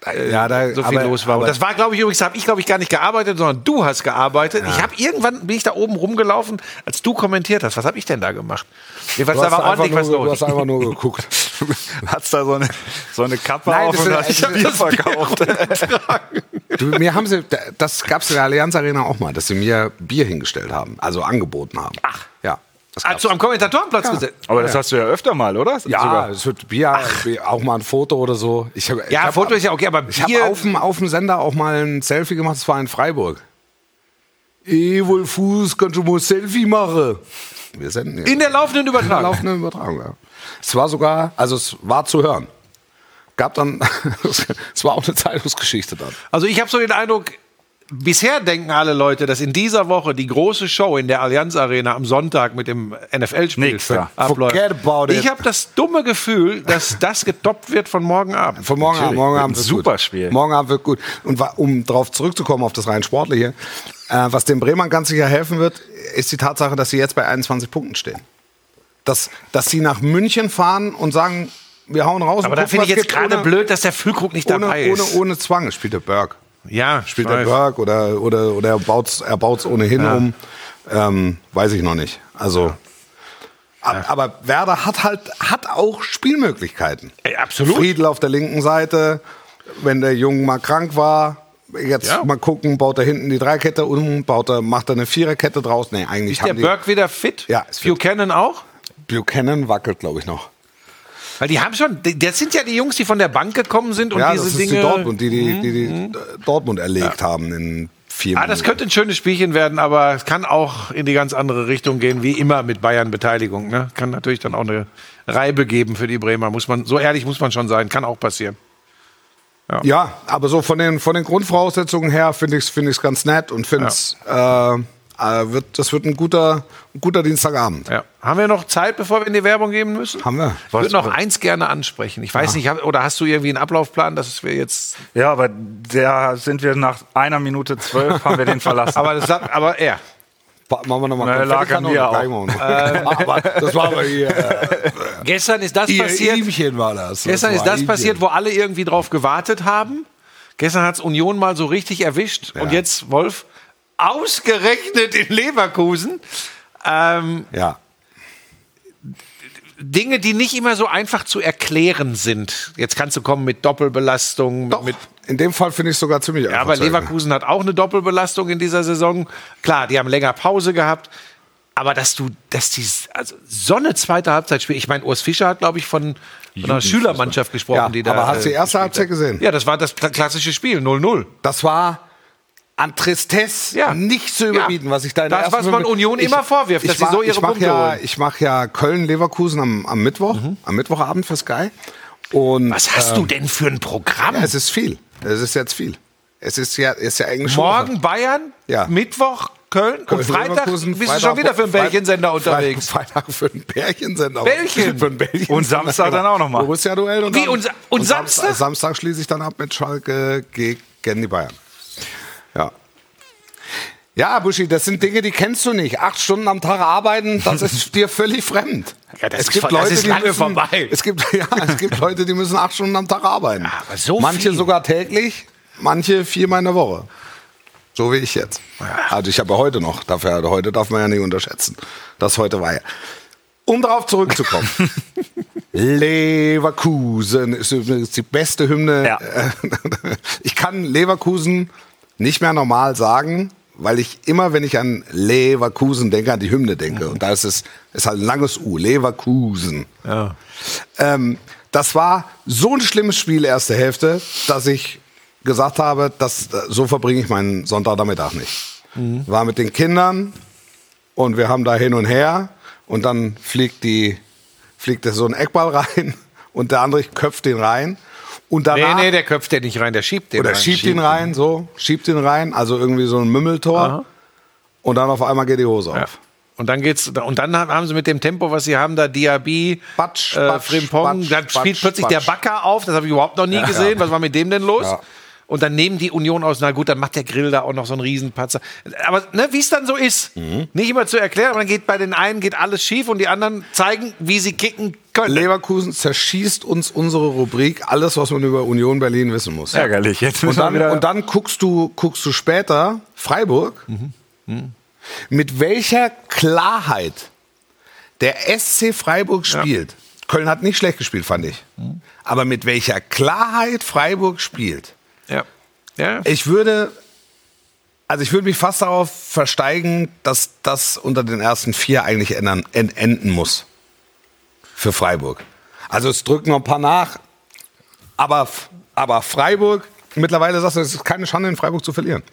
Speaker 2: äh,
Speaker 4: Ja, da-
Speaker 2: so viel
Speaker 4: aber-
Speaker 2: los war.
Speaker 4: aber-
Speaker 2: Und das war, glaube ich, übrigens, da habe ich, glaube ich, gar nicht gearbeitet, sondern du hast gearbeitet. Ich habe irgendwann bin ich da oben rumgelaufen, als du kommentiert hast. Was habe ich denn da gemacht? Jedenfalls, da war
Speaker 4: einfach
Speaker 2: ordentlich
Speaker 4: nur,
Speaker 2: was
Speaker 4: du
Speaker 2: los.
Speaker 4: hast einfach nur geguckt.
Speaker 5: Hat's da so eine, so eine Kappe
Speaker 4: Nein,
Speaker 5: auf
Speaker 4: das
Speaker 5: und
Speaker 4: ist-
Speaker 5: hast
Speaker 4: ich hab
Speaker 5: Bier
Speaker 4: das Bier
Speaker 5: verkauft.
Speaker 4: Du, mir haben sie, das gab es in der Allianz Arena auch mal, dass sie mir Bier hingestellt haben, also angeboten haben. Ach. Ja. Das gab's.
Speaker 2: Als du am Kommentatorenplatz gesessen
Speaker 5: Aber das hast du ja öfter mal, oder?
Speaker 4: ja,
Speaker 5: Sogar.
Speaker 4: es wird Bier, Bier, auch mal ein Foto oder so. Ich hab, ich
Speaker 2: Ja,
Speaker 4: hab,
Speaker 2: Foto ist ja okay, aber
Speaker 4: Ich habe
Speaker 2: Bier-
Speaker 4: auf, dem- auf dem Sender auch mal ein Selfie gemacht, das war in Freiburg. Eh, Wolfuß, kannst du mal ein Selfie machen? Wir senden ja.
Speaker 2: in der laufenden
Speaker 4: der
Speaker 2: Übertragung.
Speaker 4: laufenden Übertragung, ja. Es war sogar, also es war zu hören. Gab dann, es war auch eine Zeitungsgeschichte dann.
Speaker 2: Also ich habe so den Eindruck, bisher denken alle Leute, dass in dieser Woche die große Show in der Allianz Arena am Sonntag mit dem NFL-Spiel
Speaker 5: Nix da.
Speaker 2: abläuft.
Speaker 4: Forget about it.
Speaker 2: Ich habe das dumme Gefühl, dass das getoppt wird von morgen Abend.
Speaker 4: Von morgen Abend,
Speaker 5: Natürlich.
Speaker 4: morgen
Speaker 5: Wird
Speaker 4: Abend
Speaker 5: ein
Speaker 4: wird
Speaker 5: super
Speaker 4: gut.
Speaker 5: Spiel.
Speaker 4: Morgen Abend wird gut. Und wa- um darauf zurückzukommen, auf das rein Sportliche, äh, was den Bremern ganz sicher helfen wird, ist die Tatsache, dass sie jetzt bei 21 Punkten stehen. Dass, dass sie nach München fahren und sagen, wir hauen raus.
Speaker 2: Aber
Speaker 4: und
Speaker 2: da
Speaker 4: gucken,
Speaker 2: finde ich
Speaker 4: was
Speaker 2: jetzt
Speaker 4: gibt,
Speaker 2: gerade
Speaker 4: ohne-
Speaker 2: blöd, dass der Füllkrug nicht
Speaker 4: Ohne,
Speaker 2: dabei
Speaker 4: ohne,
Speaker 2: ist.
Speaker 4: ohne Zwang spielt der Berg.
Speaker 2: Ja,
Speaker 4: Spielt
Speaker 2: ich
Speaker 4: der
Speaker 2: weiß.
Speaker 4: Berg oder, oder, oder er baut er baut's ohnehin um. Ähm, weiß ich noch nicht. Also. ab- Aber Werder hat halt hat auch Spielmöglichkeiten.
Speaker 2: Ey, absolut.
Speaker 4: Friedel auf der linken Seite, wenn der Junge mal krank war. Jetzt
Speaker 2: Ja.
Speaker 4: mal gucken, baut er hinten die Dreikette um, baut er, macht er eine Viererkette draus. Nee, eigentlich
Speaker 2: Ist der
Speaker 4: haben die-
Speaker 2: Berg wieder fit?
Speaker 4: Ja, ist fit.
Speaker 2: Buchanan auch?
Speaker 4: Buchanan wackelt, glaube ich, noch.
Speaker 2: Weil die haben schon, die- das sind ja die Jungs, die von der Bank gekommen sind und
Speaker 4: ja,
Speaker 2: diese
Speaker 4: das ist
Speaker 2: Dinge. Mhm,
Speaker 4: die Dortmund, die, die, die, die äh, Dortmund erlegt haben in vier
Speaker 2: Ah, das könnte ein schönes Spielchen werden, aber es kann auch in die ganz andere Richtung gehen, wie immer mit Bayern-Beteiligung. Ne? Kann natürlich dann auch eine Reibe geben für die Bremer. Muss man, so ehrlich muss man schon sein, kann auch passieren.
Speaker 4: Ja, aber so von den, von den Grundvoraussetzungen her finde ich es find ich's ganz nett und finde es, äh, äh, wird, das wird ein guter, ein guter Dienstagabend.
Speaker 2: Ja. Haben wir noch Zeit, bevor wir in die Werbung gehen müssen?
Speaker 4: Haben wir.
Speaker 2: Ich würde noch eins gerne ansprechen. Ich weiß nicht, hab- oder hast du irgendwie einen Ablaufplan, dass wir jetzt.
Speaker 5: Ja, aber da sind wir nach einer Minute zwölf, haben wir den verlassen.
Speaker 2: Aber, das, aber er.
Speaker 4: Pa- Machen wir
Speaker 5: Na,
Speaker 4: nochmal
Speaker 5: lag an mir
Speaker 2: Ähm.
Speaker 4: aber Das war aber hier. äh,
Speaker 2: Gestern ist das
Speaker 4: Ihr
Speaker 2: passiert.
Speaker 4: Ihmchen war das.
Speaker 2: Gestern
Speaker 4: war
Speaker 2: ist das
Speaker 4: Ihmchen.
Speaker 2: passiert, wo alle irgendwie drauf gewartet haben. Gestern hat es Union mal so richtig erwischt. Und jetzt, Wolf, ausgerechnet in Leverkusen. Ähm,
Speaker 4: Ja.
Speaker 2: Dinge, die nicht immer so einfach zu erklären sind. Jetzt kannst du kommen mit Doppelbelastung.
Speaker 4: Doch,
Speaker 2: mit,
Speaker 4: in dem Fall finde ich es sogar ziemlich
Speaker 2: ja,
Speaker 4: einfach
Speaker 2: aber
Speaker 4: zu erklären.
Speaker 2: Leverkusen hat auch eine Doppelbelastung in dieser Saison. Klar, die haben länger Pause gehabt. Aber dass du, dass die also so eine zweite Halbzeit spielt. Ich meine, Urs Fischer hat, glaube ich, von, von einer Schülermannschaft gesprochen,
Speaker 4: Ja,
Speaker 2: die da.
Speaker 4: aber hast du die
Speaker 2: äh,
Speaker 4: erste Halbzeit gesehen?
Speaker 2: ja, das war das kla- klassische Spiel, 0-0.
Speaker 4: Das war an Tristesse
Speaker 2: Ja.
Speaker 4: nicht zu überbieten,
Speaker 2: Ja.
Speaker 4: was ich da in
Speaker 2: Das,
Speaker 4: der ersten
Speaker 2: was man
Speaker 4: Minute-
Speaker 2: Union immer vorwirft, dass sie
Speaker 4: mach-
Speaker 2: so ihre
Speaker 4: ich mach
Speaker 2: Punkte
Speaker 4: ja,
Speaker 2: holen. Mhm.
Speaker 4: Ich mache ja Köln-Leverkusen am, am Mittwoch, am Mittwochabend für Sky. Und, äh,
Speaker 2: Was hast du denn für ein Programm?
Speaker 4: Ja, es ist viel. Es ist jetzt viel. Es ist ja, ist ja eigentlich schon-
Speaker 2: Morgen Bayern,
Speaker 4: Ja.
Speaker 2: Mittwoch Köln, und Freitag bist
Speaker 4: Leverkusen,
Speaker 2: du
Speaker 4: Freitag-
Speaker 2: schon wieder für einen
Speaker 4: Freitag-
Speaker 2: Bällchensender unterwegs.
Speaker 4: Freitag, Freitag für einen Bärchensender.
Speaker 2: Bällchen.
Speaker 4: Für einen Bällchensender.
Speaker 5: Und Samstag dann auch noch mal.
Speaker 4: Borussia-Duell. Und
Speaker 2: Wie,
Speaker 4: dann-
Speaker 2: und Sa- und Samstag?
Speaker 4: Samstag schließe ich dann ab mit Schalke gegen die Bayern. Ja. Ja, Buschi, das sind Dinge, die kennst du nicht. Acht Stunden am Tag arbeiten, das ist dir völlig fremd.
Speaker 2: Ja, das ist voll- das ist lange
Speaker 4: müssen,
Speaker 2: vorbei.
Speaker 4: Es gibt, ja, es gibt Leute, die müssen acht Stunden am Tag arbeiten.
Speaker 2: aber so
Speaker 4: manche
Speaker 2: viel.
Speaker 4: sogar täglich, manche viermal in der Woche. So wie ich jetzt. Also ich habe ja heute noch, dafür, heute darf man ja nicht unterschätzen, dass heute war ja. Um darauf zurückzukommen. Leverkusen ist übrigens die beste Hymne.
Speaker 5: Ja.
Speaker 4: Ich kann Leverkusen nicht mehr normal sagen, weil ich immer, wenn ich an Leverkusen denke, an die Hymne denke. Und da ist es ist halt ein langes U, Leverkusen. Ähm, das war so ein schlimmes Spiel, erste Hälfte, dass ich gesagt habe, das, so verbringe ich meinen Sonntagnachmittag nicht. War mit den Kindern und wir haben da hin und her und dann fliegt die fliegt da so ein Eckball rein und der andere köpft den rein und
Speaker 2: Nee,
Speaker 4: danach
Speaker 2: nee, der köpft den nicht rein, der schiebt den
Speaker 4: oder
Speaker 2: rein.
Speaker 4: schiebt ihn rein, so schiebt ihn rein, also irgendwie so ein Mümmeltor
Speaker 2: Aha.
Speaker 4: und dann auf einmal geht die Hose
Speaker 2: Ja.
Speaker 4: auf.
Speaker 2: Und dann geht's und dann haben sie mit dem Tempo, was sie haben, da Diaby,
Speaker 4: Batsch,
Speaker 2: äh,
Speaker 4: Batsch,
Speaker 2: Frimpong,
Speaker 4: Batsch,
Speaker 2: dann spielt
Speaker 4: Batsch,
Speaker 2: plötzlich
Speaker 4: Batsch.
Speaker 2: der Backer auf, das habe ich überhaupt noch nie gesehen. Was war mit dem denn los?
Speaker 4: Ja.
Speaker 2: Und dann nehmen die Union aus, na gut, dann macht der Grill da auch noch so einen Riesenpatzer. Aber ne, wie es dann so ist,
Speaker 4: Mhm.
Speaker 2: nicht immer zu erklären, aber dann geht bei den einen geht alles schief und die anderen zeigen, wie sie kicken können.
Speaker 4: Leverkusen zerschießt uns unsere Rubrik, alles was man über Union Berlin wissen muss.
Speaker 5: Ärgerlich. Jetzt
Speaker 4: Und
Speaker 5: müssen
Speaker 4: dann,
Speaker 5: wir wieder
Speaker 4: und dann guckst du, guckst du später Freiburg.
Speaker 5: Mhm.
Speaker 4: Mit welcher Klarheit der SC Freiburg spielt. Köln hat nicht schlecht gespielt, fand ich.
Speaker 5: Mhm.
Speaker 4: Aber mit welcher Klarheit Freiburg spielt.
Speaker 2: ja. Ja.
Speaker 4: Ich würde, also ich würde mich fast darauf versteigen, dass das unter den ersten vier eigentlich ändern, en- enden muss. Für Freiburg. Also es drücken noch ein paar nach, aber, f- aber Freiburg, mittlerweile sagst du, es ist keine Schande, in Freiburg zu verlieren.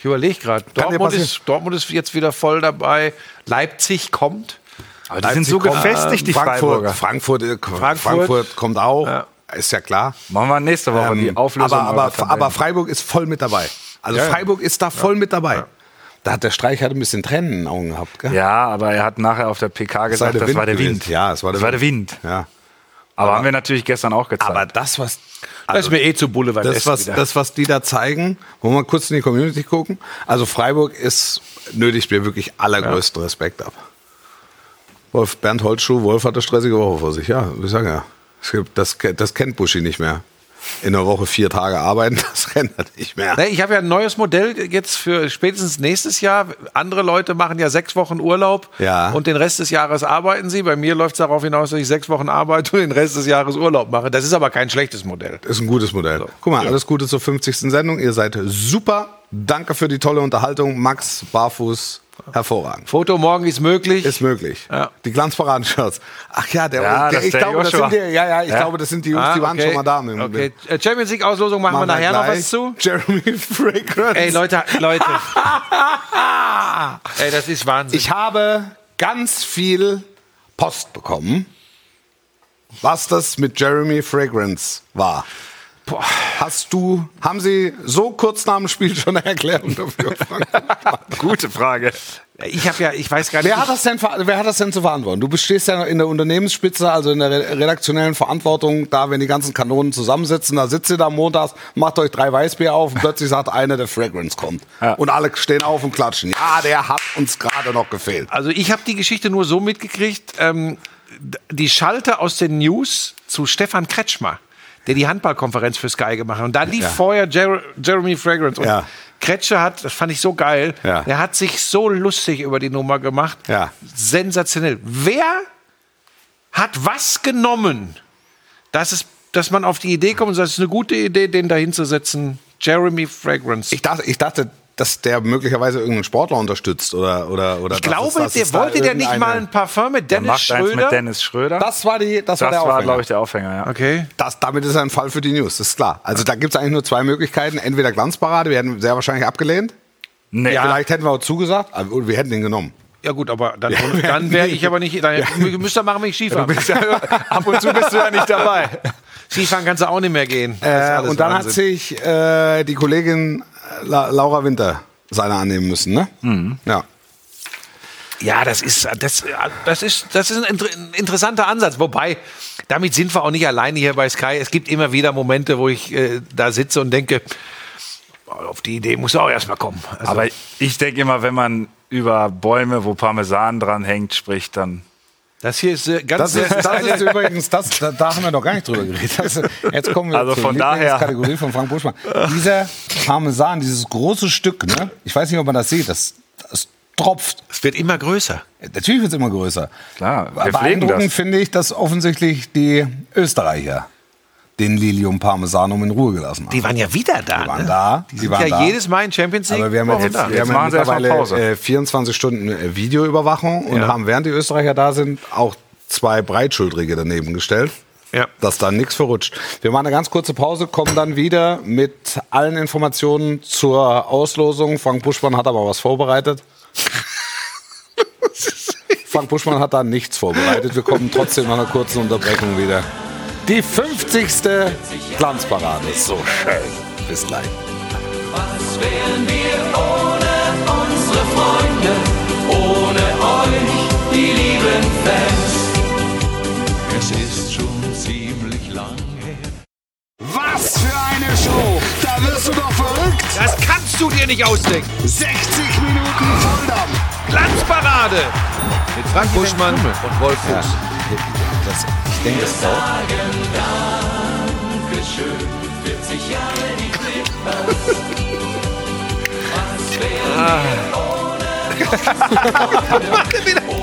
Speaker 2: Ich überlege gerade.
Speaker 4: dir
Speaker 2: Dortmund
Speaker 4: passieren.
Speaker 2: ist, Dortmund ist jetzt wieder voll dabei. Leipzig kommt.
Speaker 5: Aber die sind so
Speaker 4: Leipzig kommt,
Speaker 5: gefestigt, die
Speaker 4: Frankfurt,
Speaker 5: Freiburger.
Speaker 4: Frankfurt, äh, Frankfurt, kommt auch, ist ja klar.
Speaker 5: Machen wir nächste Woche die
Speaker 4: Ähm,
Speaker 5: Auflösung.
Speaker 4: aber,
Speaker 5: eurer
Speaker 4: aber, aber
Speaker 5: Tabellen.
Speaker 4: Freiburg ist voll mit dabei. Also Freiburg ist da voll mit dabei. Da hat der Streich halt ein bisschen Tränen in den Augen gehabt. Gell?
Speaker 5: ja, aber er hat nachher auf der PK
Speaker 4: Das war
Speaker 5: gesagt,
Speaker 4: der
Speaker 5: das
Speaker 4: Wind
Speaker 5: war der
Speaker 4: gewesen.
Speaker 5: Wind.
Speaker 4: Ja, es war der
Speaker 5: das war der
Speaker 4: Wind.
Speaker 5: Wind.
Speaker 4: Ja.
Speaker 5: Aber, haben wir natürlich gestern auch gezeigt.
Speaker 4: Aber das, was,
Speaker 2: das ist mir eh zu Boulevard.
Speaker 4: Also das, was, das, was die da zeigen, wollen wir mal kurz in die Community gucken. Also Freiburg ist, nötigt mir wirklich allergrößten Respekt ab. Wolf, Bernd Holzschuh, Wolf hat eine stressige Woche vor sich. Ja, wir sagen ja. Es gibt- Das, ke- das kennt Buschi nicht mehr. In der Woche vier Tage arbeiten, das kennt er nicht mehr.
Speaker 2: Ne, ich habe ja ein neues Modell jetzt für spätestens nächstes Jahr. Andere Leute machen ja sechs Wochen Urlaub
Speaker 4: Ja.
Speaker 2: und den Rest des Jahres arbeiten sie. Bei mir läuft es darauf hinaus, dass ich sechs Wochen arbeite und den Rest des Jahres Urlaub mache. Das ist aber kein schlechtes Modell.
Speaker 4: Ist ein gutes Modell. Guck mal, alles Gute zur 50. Sendung. Ihr seid super. Danke für die tolle Unterhaltung. Max, Barfuß, hervorragend.
Speaker 2: Foto morgen ist möglich.
Speaker 4: Ist möglich.
Speaker 2: Ja.
Speaker 4: Die Glanzparaden-Shirts. Ach ja, der,
Speaker 5: Ja,
Speaker 4: der
Speaker 5: das
Speaker 4: ich
Speaker 5: der
Speaker 4: glaube, das
Speaker 5: Joshua.
Speaker 4: sind die, ja, ja, ich
Speaker 5: Ja.
Speaker 4: glaube, das sind die Jungs, die waren schon mal da. Mit dem
Speaker 2: Ah, okay. Äh, Champions League Auslosung machen, wir nachher noch
Speaker 4: gleich.
Speaker 2: was zu.
Speaker 4: Jeremy Fragrance.
Speaker 2: Ey Leute, Leute, ey, das ist Wahnsinn.
Speaker 4: Ich habe ganz viel Post bekommen, was das mit Jeremy Fragrance war.
Speaker 2: Boah.
Speaker 4: Hast du, haben sie so kurz nach dem Spiel schon eine Erklärung dafür? Frank?
Speaker 5: Gute Frage.
Speaker 2: Ich habe ja, ich weiß gar nicht.
Speaker 4: Wer hat, das denn, ver- wer hat das denn zu verantworten? Du stehst ja in der Unternehmensspitze, also in der re- redaktionellen Verantwortung, da, wenn die ganzen Kanonen zusammensitzen, da sitzt ihr da montags, macht euch drei Weißbier auf und plötzlich sagt einer, der Fragrance kommt. Und alle stehen auf und klatschen. Ja, der hat uns gerade noch gefehlt.
Speaker 2: Also ich habe die Geschichte nur so mitgekriegt, ähm, d- die Schalter aus den News zu Stefan Kretschmer, der die Handballkonferenz für Sky gemacht hat. Und da lief
Speaker 4: Ja.
Speaker 2: vorher Jer Jeremy Fragrance. Und
Speaker 4: Ja.
Speaker 2: Kretsche hat, das fand ich so geil,
Speaker 4: Ja.
Speaker 2: der hat sich so lustig über die Nummer gemacht.
Speaker 4: Ja.
Speaker 2: Sensationell. Wer hat was genommen, dass, es, dass man auf die Idee kommt und sagt, es ist eine gute Idee, den da hinzusetzen? Jeremy Fragrance.
Speaker 4: Ich dachte, ich dachte dass der möglicherweise irgendeinen Sportler unterstützt oder oder oder.
Speaker 2: Ich glaube, der wollte der nicht mal ein Parfum mit
Speaker 5: Der
Speaker 2: Dennis
Speaker 5: macht eins mit
Speaker 2: Schröder?
Speaker 5: Dennis Schröder.
Speaker 4: Das war die, das, war der
Speaker 5: das war,
Speaker 4: Aufhänger.
Speaker 5: glaube ich, der Aufhänger, ja.
Speaker 2: Okay.
Speaker 4: Das, damit ist er ein Fall für die News, das ist klar. Also da gibt es eigentlich nur zwei Möglichkeiten. Entweder Glanzparade, wir hätten sehr wahrscheinlich abgelehnt.
Speaker 5: Nee,
Speaker 4: Vielleicht hätten wir auch zugesagt, aber wir hätten ihn genommen.
Speaker 2: Ja gut, aber dann, dann wäre ich aber nicht. Dann müsst ihr machen, wenn ich Skifahren.
Speaker 5: bist ja, ab und zu bist du ja nicht dabei.
Speaker 2: Skifahren kannst du auch nicht mehr gehen. Das
Speaker 4: Äh,
Speaker 2: ist alles
Speaker 4: und dann
Speaker 2: Wahnsinn.
Speaker 4: hat sich äh, die Kollegin äh, La Laura Winter seine annehmen müssen, ne?
Speaker 5: Mhm.
Speaker 4: Ja.
Speaker 2: Ja, das ist, das, das ist, das ist ein inter- ein interessanter Ansatz. Wobei, damit sind wir auch nicht alleine hier bei Sky. Es gibt immer wieder Momente, wo ich äh, da sitze und denke, "Oh, auf die Idee muss auch erstmal kommen. Also,
Speaker 5: Aber ich denke immer, wenn man über Bäume, wo Parmesan dran hängt, spricht, dann.
Speaker 2: das hier ist äh, ganz.
Speaker 4: Das ist, das ist übrigens, das, da, da haben wir noch gar nicht drüber geredet. Das, jetzt kommen wir
Speaker 5: Also
Speaker 4: zur
Speaker 5: von daher-
Speaker 4: Lieblingskategorie von Frank Buschmann. Dieser Parmesan, dieses große Stück, ne? ich weiß nicht, ob man das sieht, das, das tropft.
Speaker 2: es wird immer größer.
Speaker 4: Natürlich wird es immer größer.
Speaker 5: Klar, wir pflegen
Speaker 4: Beeindruckend
Speaker 5: das.
Speaker 4: finde ich, dass offensichtlich die Österreicher den Lilium Parmesanum in Ruhe gelassen haben.
Speaker 2: Die waren ja wieder da.
Speaker 4: Die waren
Speaker 2: ne?
Speaker 4: da,
Speaker 2: Die
Speaker 4: die
Speaker 2: sind
Speaker 4: waren
Speaker 2: ja
Speaker 4: da.
Speaker 2: jedes Mal in Champions League.
Speaker 4: Aber wir haben ja
Speaker 2: Wochen
Speaker 4: jetzt,
Speaker 2: da.
Speaker 4: wir
Speaker 5: Jetzt
Speaker 4: haben ja
Speaker 5: machen sie erstmal
Speaker 4: mittlerweile
Speaker 5: Pause.
Speaker 4: äh, 24 Stunden äh, Videoüberwachung und
Speaker 2: Ja.
Speaker 4: haben während die Österreicher da sind auch zwei Breitschultrige daneben gestellt.
Speaker 2: Ja.
Speaker 4: Dass da nichts verrutscht. Wir machen eine ganz kurze Pause, kommen dann wieder mit allen Informationen zur Auslosung. Frank Buschmann hat aber was vorbereitet. Frank Buschmann hat da nichts vorbereitet. Wir kommen trotzdem nach einer kurzen Unterbrechung wieder. Die 50. Glanzparade. So schön. Bis gleich.
Speaker 3: Was wären wir ohne unsere Freunde, ohne euch, die lieben Fans? Es ist schon ziemlich lang her.
Speaker 1: Was für eine Show! Da wirst du doch verrückt!
Speaker 2: Das kannst du dir nicht ausdenken.
Speaker 1: 60 Minuten Volldampf!
Speaker 2: Glanzparade mit Frank Buschmann und Wolf Fuchs.
Speaker 4: Das, ich denke, das dauert.
Speaker 3: Dankeschön, 40 Jahre die Clippers. Was wären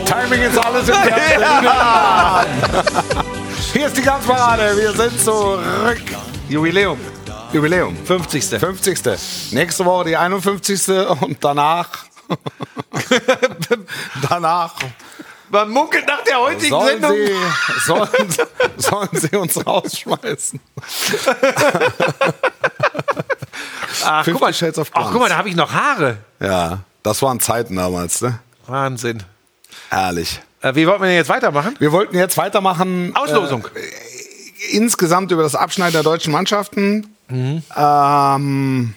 Speaker 4: Timing ist alles im Fernsehen. Hier ist die Glanzparade. Wir sind zurück. Jubiläum. Jubiläum.
Speaker 2: 50.
Speaker 4: 50. Nächste Woche die 51. Und danach. danach
Speaker 2: Man munkelt nach der heutigen
Speaker 4: sollen
Speaker 2: Sendung.
Speaker 4: sie, sollen, sollen sie uns rausschmeißen.
Speaker 2: Ach, guck mal,
Speaker 4: 50 Shades of
Speaker 2: ach, guck mal,
Speaker 4: Grunge.
Speaker 2: da habe ich noch Haare.
Speaker 4: Ja, das waren Zeiten damals, ne?
Speaker 2: Wahnsinn.
Speaker 4: Herrlich.
Speaker 2: Äh, wie wollten wir denn jetzt weitermachen? Äh,
Speaker 4: Wir wollten jetzt weitermachen.
Speaker 2: Auslosung.
Speaker 4: insgesamt über das Abschneiden der deutschen Mannschaften ähm,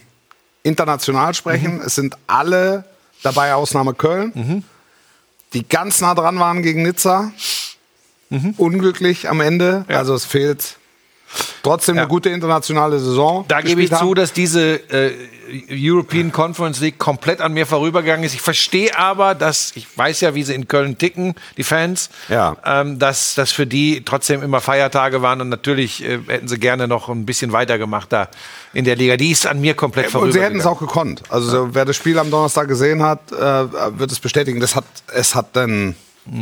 Speaker 4: international
Speaker 2: Mhm.
Speaker 4: sprechen. Es sind alle dabei, Ausnahme Köln, die ganz nah dran waren gegen Nizza.
Speaker 2: Mhm.
Speaker 4: Unglücklich am Ende. Also es fehlt trotzdem
Speaker 2: Ja.
Speaker 4: eine gute internationale Saison.
Speaker 2: da gebe ich
Speaker 4: gespielt
Speaker 2: zu,
Speaker 4: haben.
Speaker 2: dass diese äh, European Conference League komplett an mir vorübergegangen ist. Ich verstehe aber, dass, ich weiß ja, wie sie in Köln ticken, die Fans,
Speaker 4: Ja.
Speaker 2: ähm, dass, dass für die trotzdem immer Feiertage waren und natürlich äh, hätten sie gerne noch ein bisschen weitergemacht da in der Liga. Die ist an mir komplett
Speaker 4: Äh, Und sie
Speaker 2: vorübergegangen.
Speaker 4: hätten es auch gekonnt. Also so, wer das Spiel am Donnerstag gesehen hat, äh, wird es bestätigen. Das hat, es hat dann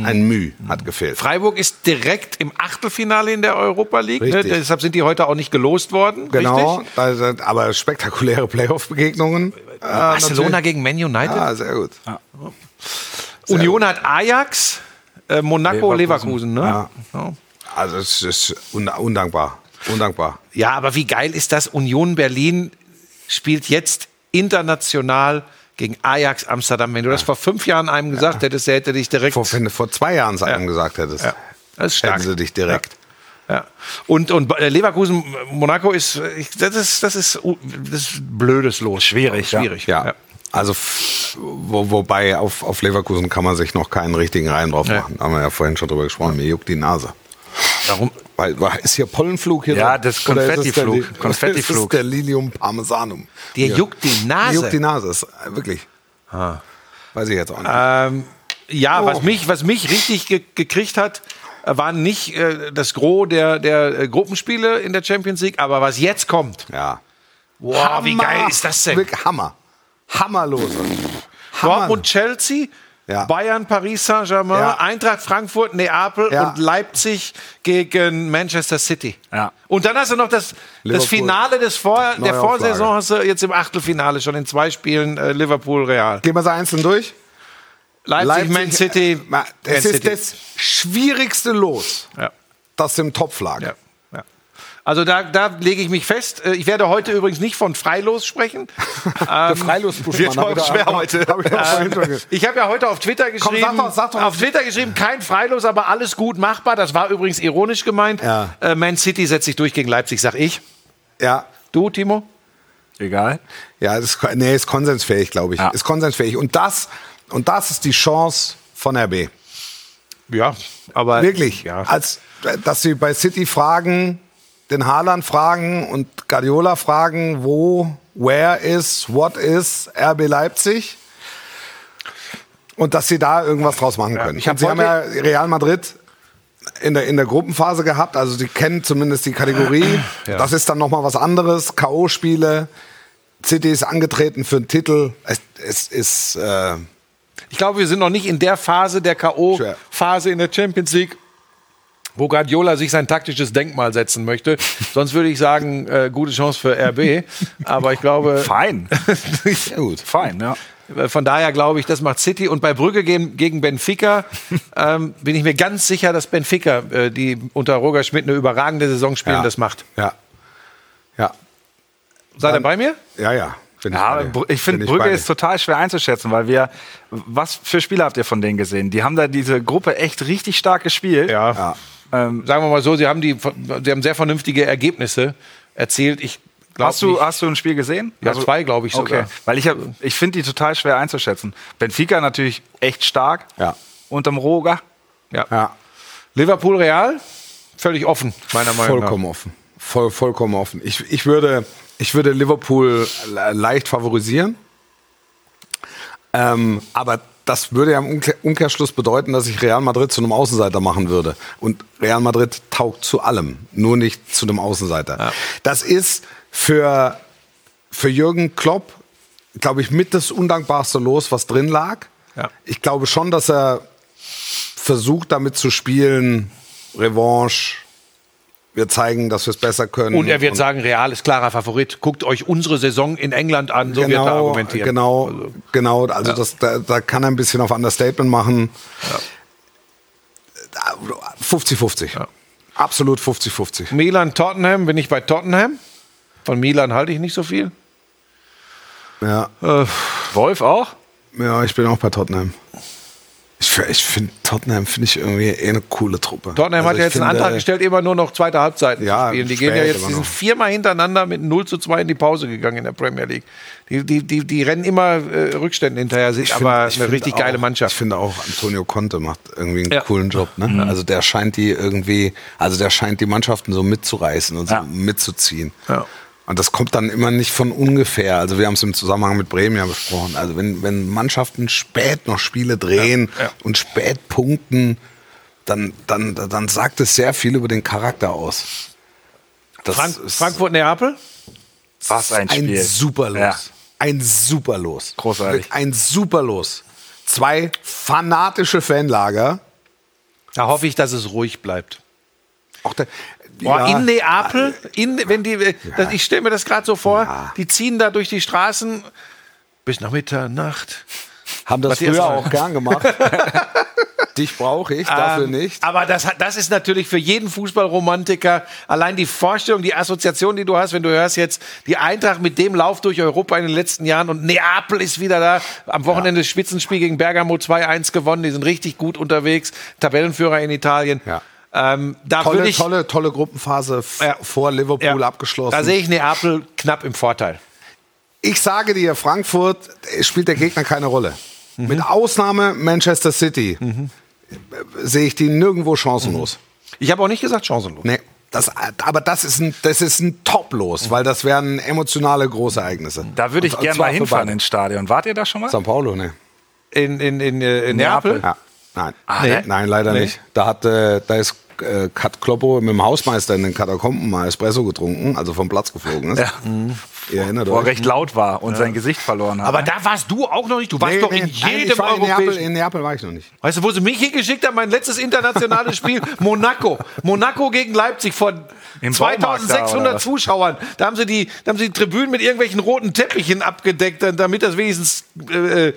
Speaker 4: ein Mühe hat gefehlt.
Speaker 2: Mhm. Freiburg ist direkt im Achtelfinale in der Europa League. Ne?
Speaker 4: Richtig.
Speaker 2: Deshalb sind die heute auch nicht gelost worden.
Speaker 4: Genau,
Speaker 2: Richtig?
Speaker 4: also, aber spektakuläre Playoff-Begegnungen. Äh,
Speaker 2: Barcelona
Speaker 4: natürlich.
Speaker 2: gegen Man United.
Speaker 4: Ja, sehr gut.
Speaker 2: Union hat Ajax, äh, Monaco, Leverkusen.
Speaker 5: Leverkusen.
Speaker 2: ne? Ja.
Speaker 4: Also es ist un undankbar. Undankbar.
Speaker 2: Ja, aber wie geil ist das? Union Berlin spielt jetzt international gegen Ajax Amsterdam. Wenn du das vor fünf Jahren einem gesagt hättest, der hätte dich direkt.
Speaker 4: Vor, wenn du vor zwei Jahren es einem
Speaker 2: Ja.
Speaker 4: gesagt hättest,
Speaker 2: Ja. Das ist stark.
Speaker 4: hätten sie dich direkt.
Speaker 2: Ja. Und, und äh, Leverkusen, Monaco ist, äh, ich- das ist, das ist, uh, das ist blödes Los.
Speaker 5: Schwierig, ja.
Speaker 2: Schwierig.
Speaker 4: Ja. Also f- wo, wobei auf, auf Leverkusen kann man sich noch keinen richtigen Reim drauf
Speaker 2: Ja.
Speaker 4: machen. Da haben wir ja vorhin schon drüber gesprochen. Mir juckt die Nase.
Speaker 2: Darum,
Speaker 4: Weil, weil ist hier Pollenflug hier
Speaker 5: Ja,
Speaker 4: drin?
Speaker 5: das
Speaker 4: Oder ist es der
Speaker 5: Konfettiflug.
Speaker 4: Li-
Speaker 5: Konfettiflug.
Speaker 4: ist es der Lilium Parmesanum.
Speaker 2: dir
Speaker 4: Hier.
Speaker 2: juckt die
Speaker 4: Mir
Speaker 2: Nase. Ah.
Speaker 4: juckt die Nase, ist, äh, wirklich. Weiß ich jetzt auch nicht.
Speaker 2: Ähm, ja,
Speaker 4: Oh.
Speaker 2: was, mich, was mich richtig ge gekriegt hat, äh, war nicht äh, das Gros der, der äh, Gruppenspiele in der Champions League, aber was jetzt kommt.
Speaker 4: Ja.
Speaker 2: Wow, wie geil ist das denn?
Speaker 4: Wirklich Hammer. Hammerlose. Hammer.
Speaker 2: Dortmund Chelsea,
Speaker 4: Ja.
Speaker 2: Bayern, Paris Saint-Germain,
Speaker 4: Ja.
Speaker 2: Eintracht Frankfurt, Neapel
Speaker 4: Ja.
Speaker 2: und Leipzig gegen Manchester City.
Speaker 5: Ja.
Speaker 2: Und dann hast du noch das, das
Speaker 4: Liverpool.
Speaker 2: Finale des Vor der
Speaker 4: Neuauflage.
Speaker 2: Vorsaison, hast du jetzt im Achtelfinale schon in zwei Spielen äh, Liverpool-Real.
Speaker 4: Gehen wir sie einzeln durch.
Speaker 2: Leipzig, Man City.
Speaker 4: äh, Ma-
Speaker 2: Man
Speaker 4: Das ist
Speaker 2: City.
Speaker 4: das schwierigste Los,
Speaker 2: Ja.
Speaker 4: das im Topf lag.
Speaker 2: Ja. ja. Also da, da lege ich mich fest. Äh, Ich werde heute übrigens nicht von Freilos sprechen.
Speaker 4: Der Freiluftbusch
Speaker 2: wird auch schwer Ähm, heute.
Speaker 4: Hab ich auch vorhin schon gesagt.
Speaker 2: Ich habe ja heute auf Twitter geschrieben,
Speaker 4: sag doch, sag doch.
Speaker 2: auf Twitter geschrieben, kein Freilos, aber alles gut machbar. Das war übrigens ironisch gemeint.
Speaker 4: Ja.
Speaker 2: Äh, Man City setzt sich durch gegen Leipzig, sag ich.
Speaker 4: ja.
Speaker 2: Du, Timo?
Speaker 5: Egal.
Speaker 4: Ja, das, ist- nee, ist konsensfähig, glaube ich.
Speaker 5: Ja.
Speaker 4: Ist konsensfähig. Und das, und das ist die Chance von RB.
Speaker 2: Ja, aber
Speaker 4: Wirklich. Also-
Speaker 2: Ja.
Speaker 4: Als, dass sie bei City fragen, den Haaland fragen und Guardiola fragen, wo, where is, what is RB Leipzig? Und dass sie da irgendwas draus machen können.
Speaker 2: ich hab
Speaker 4: Und sie haben ja
Speaker 2: heute-
Speaker 4: Real Madrid in der, in der Gruppenphase gehabt, also sie kennen zumindest die Kategorie.
Speaker 2: Ja.
Speaker 4: Das ist dann nochmal was anderes. K.O.-Spiele. City ist angetreten für den Titel. Es, es ist. Äh,
Speaker 2: Ich glaube, wir sind noch nicht in der Phase der
Speaker 4: Sure.
Speaker 2: K.O.-Phase in der Champions League, wo Guardiola sich sein taktisches Denkmal setzen möchte. Sonst würde ich sagen, äh, gute Chance für RB. Aber ich glaube,
Speaker 5: Fein.
Speaker 4: gut.
Speaker 5: Fein, ja.
Speaker 2: Äh, von daher glaube ich, das macht City. Und bei Brügge gegen, gegen Benfica ähm, bin ich mir ganz sicher, dass Benfica, äh, die unter Roger Schmidt eine überragende Saison spielen,
Speaker 4: Ja.
Speaker 2: das macht.
Speaker 4: Ja. Ja.
Speaker 2: Seid ihr bei mir?
Speaker 4: Ja, ja. Bin
Speaker 5: Ja,
Speaker 4: bei
Speaker 5: aber
Speaker 4: dir.
Speaker 5: Br- ich
Speaker 4: Bin
Speaker 5: finde,
Speaker 4: bei
Speaker 5: Brügge
Speaker 4: dir.
Speaker 5: ist total schwer einzuschätzen, weil wir, was für Spiele habt ihr von denen gesehen? Die haben da diese Gruppe echt richtig stark gespielt.
Speaker 4: Ja.
Speaker 5: Ähm,
Speaker 2: Sagen wir mal so, sie haben, die, sie haben sehr vernünftige Ergebnisse erzielt. Ich glaube
Speaker 5: hast, du,
Speaker 2: nicht.
Speaker 5: hast du ein Spiel gesehen? Also
Speaker 2: Ja, zwei, glaub ich sogar.
Speaker 5: Okay, weil ich, hab- ich finde die total schwer einzuschätzen. Benfica natürlich echt stark.
Speaker 4: Ja.
Speaker 5: Unterm Roger.
Speaker 2: Ja.
Speaker 4: Ja,
Speaker 2: Liverpool Real? Völlig offen, meiner Meinung nach.
Speaker 4: vollkommen offen. Voll, vollkommen offen. Ich, ich, würde, ich würde Liverpool le- leicht favorisieren. Ähm, aber das würde ja im Umkehr- Umkehrschluss bedeuten, dass ich Real Madrid zu einem Außenseiter machen würde. Und Real Madrid taugt zu allem, nur nicht zu einem Außenseiter. Das ist für, für Jürgen Klopp, glaube ich, mit das undankbarste Los, was drin lag.
Speaker 2: Ja.
Speaker 4: Ich glaube schon, dass er versucht, damit zu spielen, Revanche, wir zeigen, dass wir es besser können.
Speaker 2: Und er wird sagen, Real ist klarer Favorit. Guckt euch unsere Saison in England an, so wird er
Speaker 4: genau,
Speaker 2: argumentieren.
Speaker 4: genau, genau. Also das, da, da kann er ein bisschen auf Understatement machen. 50-50. Absolut 50-50.
Speaker 2: Milan Tottenham, bin ich bei Tottenham? Von Milan halte ich nicht so viel.
Speaker 4: Ja.
Speaker 5: Wolf auch?
Speaker 4: ja, ich bin auch bei Tottenham. Ich, ich finde Tottenham finde ich irgendwie eh eine coole Truppe.
Speaker 2: Tottenham
Speaker 4: Also
Speaker 2: hat ja
Speaker 4: ich
Speaker 2: jetzt einen
Speaker 4: finde,
Speaker 2: Antrag gestellt, immer nur noch zweite Halbzeiten
Speaker 4: Ja,
Speaker 2: zu spielen. Die
Speaker 4: spät
Speaker 2: gehen ja jetzt,
Speaker 4: immer
Speaker 2: die sind
Speaker 4: noch.
Speaker 2: viermal hintereinander mit 0 zu 2 in die Pause gegangen in der Premier League. Die, die, die, die rennen immer äh, Rückständen hinterher,
Speaker 4: Also
Speaker 2: sind
Speaker 4: ich finde-
Speaker 2: aber
Speaker 4: ich
Speaker 2: eine
Speaker 4: finde
Speaker 2: richtig
Speaker 4: auch,
Speaker 2: geile
Speaker 4: Ich
Speaker 2: Mannschaft.
Speaker 4: finde auch, Antonio Conte macht irgendwie einen
Speaker 2: Ja. Mhm.
Speaker 4: coolen Job. Ne? Also der scheint die irgendwie, also der scheint die Mannschaften so mitzureißen und so
Speaker 5: Ja.
Speaker 4: mitzuziehen.
Speaker 2: Ja.
Speaker 4: Und das kommt dann immer nicht von ungefähr. Also wir haben es im Zusammenhang mit Bremen ja besprochen. Also wenn, wenn Mannschaften spät noch Spiele drehen
Speaker 2: Ja.
Speaker 4: und spät punkten, dann, dann, dann sagt es sehr viel über den Charakter aus. Das
Speaker 2: Frank, Frankfurt-Neapel?
Speaker 5: Was ein Spiel.
Speaker 4: super Los.
Speaker 5: Ja.
Speaker 4: Ein super Los.
Speaker 5: Großartig.
Speaker 4: Ein super Los. Zwei fanatische Fanlager.
Speaker 2: Da hoffe ich, dass es ruhig bleibt.
Speaker 4: Auch der,
Speaker 2: Boah,
Speaker 4: ja, Äh,
Speaker 2: in Neapel, in, wenn die, äh, das, ich stelle mir das gerade so vor, die ziehen da durch die Straßen bis nach Mitternacht.
Speaker 4: haben das
Speaker 2: Matthias
Speaker 4: früher
Speaker 2: Neuer.
Speaker 4: auch gern gemacht. Dich brauche ich, dafür
Speaker 2: Ähm,
Speaker 4: nicht.
Speaker 2: Aber das, hat- das ist natürlich für jeden Fußballromantiker allein die Vorstellung, die Assoziation, die du hast, wenn du hörst jetzt die Eintracht mit dem Lauf durch Europa in den letzten Jahren und Neapel ist wieder da. Am Wochenende Spitzenspiel gegen Bergamo 2-1 gewonnen. Die sind richtig gut unterwegs. Tabellenführer in Italien.
Speaker 4: Ja.
Speaker 2: Ähm, da würde
Speaker 4: Tolle,
Speaker 2: ich,
Speaker 4: tolle, tolle Gruppenphase f-
Speaker 2: Ja.
Speaker 4: vor Liverpool
Speaker 2: Ja.
Speaker 4: abgeschlossen.
Speaker 2: da sehe ich Neapel knapp im Vorteil.
Speaker 4: Ich sage dir, Frankfurt äh, spielt der Gegner keine Rolle.
Speaker 2: Mhm.
Speaker 4: Mit Ausnahme Manchester City äh, sehe ich die nirgendwo chancenlos.
Speaker 2: Ich habe auch nicht gesagt chancenlos.
Speaker 4: Nee, das, aber das ist ein, das ist ein Top-Los, weil das wären emotionale Großereignisse.
Speaker 5: Da würde ich
Speaker 4: Und- und
Speaker 5: gerne
Speaker 4: zwar
Speaker 5: mal
Speaker 4: für
Speaker 5: hinfahren
Speaker 4: beide.
Speaker 5: ins Stadion. Wart ihr da schon mal?
Speaker 4: São Paulo, ne?
Speaker 2: In, in, in, äh, in Neapel?
Speaker 4: Ja, nein.
Speaker 2: nee.
Speaker 4: Nein, leider
Speaker 2: Nee.
Speaker 4: nicht. Da hat, äh, da ist äh, Kat Kloppo mit dem Hausmeister in den Katakomben mal Espresso getrunken, also vom Platz geflogen ist.
Speaker 5: Ja.
Speaker 4: Ihr erinnert
Speaker 5: wo er
Speaker 4: euch.
Speaker 5: recht laut war und sein Gesicht verloren hat.
Speaker 2: Aber da warst du auch noch nicht. Du warst
Speaker 4: Nee,
Speaker 2: doch
Speaker 4: nee,
Speaker 2: in
Speaker 4: nein,
Speaker 2: jedem
Speaker 4: ich war in Neapel,
Speaker 2: europäischen.
Speaker 4: in Neapel war ich noch nicht.
Speaker 2: Weißt du, wo sie mich hingeschickt haben? Mein letztes internationales Spiel, Monaco. Monaco gegen Leipzig vor
Speaker 5: Im Baumarkt da,
Speaker 2: 2600
Speaker 5: oder was?
Speaker 2: Zuschauern. Da haben, sie die, da haben sie die Tribünen mit irgendwelchen roten Teppichen abgedeckt, dann- damit das wenigstens äh, äh,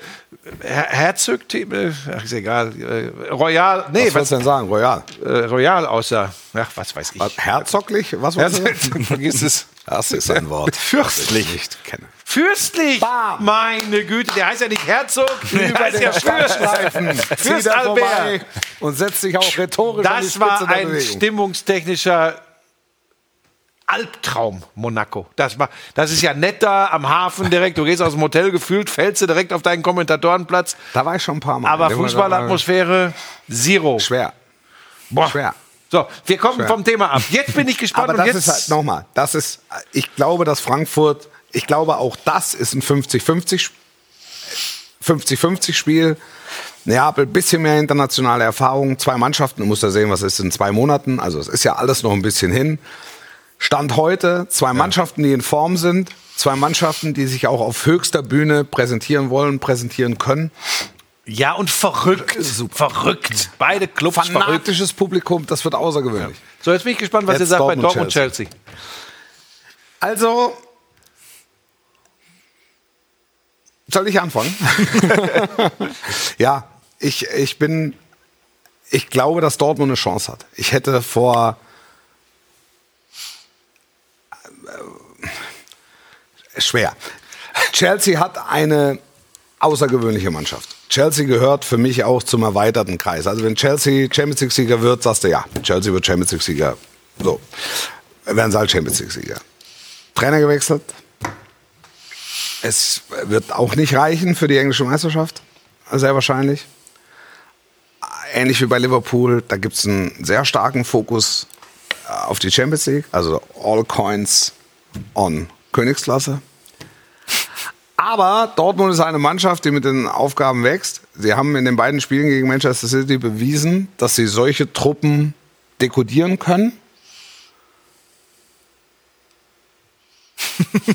Speaker 2: Her- Herzog, äh, ach, ist egal, äh, Royal,
Speaker 4: Was
Speaker 2: nee, was,
Speaker 4: wolltest du denn sagen? Royal.
Speaker 2: äh, Royal aussah. Ach, was weiß ich.
Speaker 4: Was, herzoglich? Was wolltest du sagen?
Speaker 2: Vergiss es.
Speaker 4: Das ist ein Wort.
Speaker 2: Fürstlich.
Speaker 4: das ich nicht kenne.
Speaker 2: Fürstlich!
Speaker 4: Bam.
Speaker 2: Meine Güte, der heißt ja nicht Herzog, der heißt ja
Speaker 4: Steinschleifen.
Speaker 2: Fürst.
Speaker 4: Zieh
Speaker 2: Fürst
Speaker 4: da
Speaker 2: Albert.
Speaker 4: vorbei Und setzt sich auch rhetorisch an die
Speaker 2: Das
Speaker 4: Spitze
Speaker 2: war
Speaker 4: der
Speaker 2: ein
Speaker 4: Bewegung.
Speaker 2: stimmungstechnischer Albtraum, Monaco. Das, war, das ist ja nett da am Hafen direkt. Du gehst aus dem Hotel gefühlt, fällst du direkt auf deinen Kommentatorenplatz.
Speaker 4: Da war ich schon ein paar Mal.
Speaker 2: Aber
Speaker 4: Der war-
Speaker 2: Fußballatmosphäre, zero.
Speaker 4: Schwer.
Speaker 2: Boah.
Speaker 4: schwer.
Speaker 2: So, wir kommen
Speaker 4: Schwer.
Speaker 2: vom Thema ab. Jetzt bin ich gespannt.
Speaker 4: Aber das
Speaker 2: und jetzt
Speaker 4: ist halt nochmal, das ist, ich glaube, dass Frankfurt, ich glaube auch das ist ein 50-50 50-50 Spiel. Neapel, bisschen mehr internationale Erfahrung, zwei Mannschaften, du musst ja sehen, was ist in zwei Monaten, also es ist ja alles noch ein bisschen hin. Stand heute, zwei Mannschaften, die in Form sind, zwei Mannschaften, die sich auch auf höchster Bühne präsentieren wollen, präsentieren können.
Speaker 2: ja, und
Speaker 4: Äh,
Speaker 2: verrückt. Verrückt. Beide Clubs verrückt.
Speaker 4: Fanatisches Publikum, das wird außergewöhnlich.
Speaker 2: So, jetzt bin ich gespannt, was
Speaker 4: Jetzt
Speaker 2: ihr sagt
Speaker 4: Dortmund,
Speaker 2: bei Dortmund Chelsea.
Speaker 4: Also, soll ich anfangen? ja, ich, ich bin, ich glaube, dass Dortmund eine Chance hat. Ich hätte vor äh, schwer. Chelsea hat eine außergewöhnliche Mannschaft. Chelsea gehört für mich auch zum erweiterten Kreis. Also wenn Chelsea Champions League Sieger wird, sagst du ja, Chelsea wird Champions League Sieger. So, werden sie halt Champions League Sieger. Trainer gewechselt. Es wird auch nicht reichen für die englische Meisterschaft, sehr wahrscheinlich. Ähnlich wie bei Liverpool, da gibt es einen sehr starken Fokus äh, auf die Champions League, also all coins on Königsklasse. Aber Dortmund ist eine Mannschaft, die mit den Aufgaben wächst. Sie haben in den beiden Spielen gegen Manchester City bewiesen, dass sie solche Truppen dekodieren können.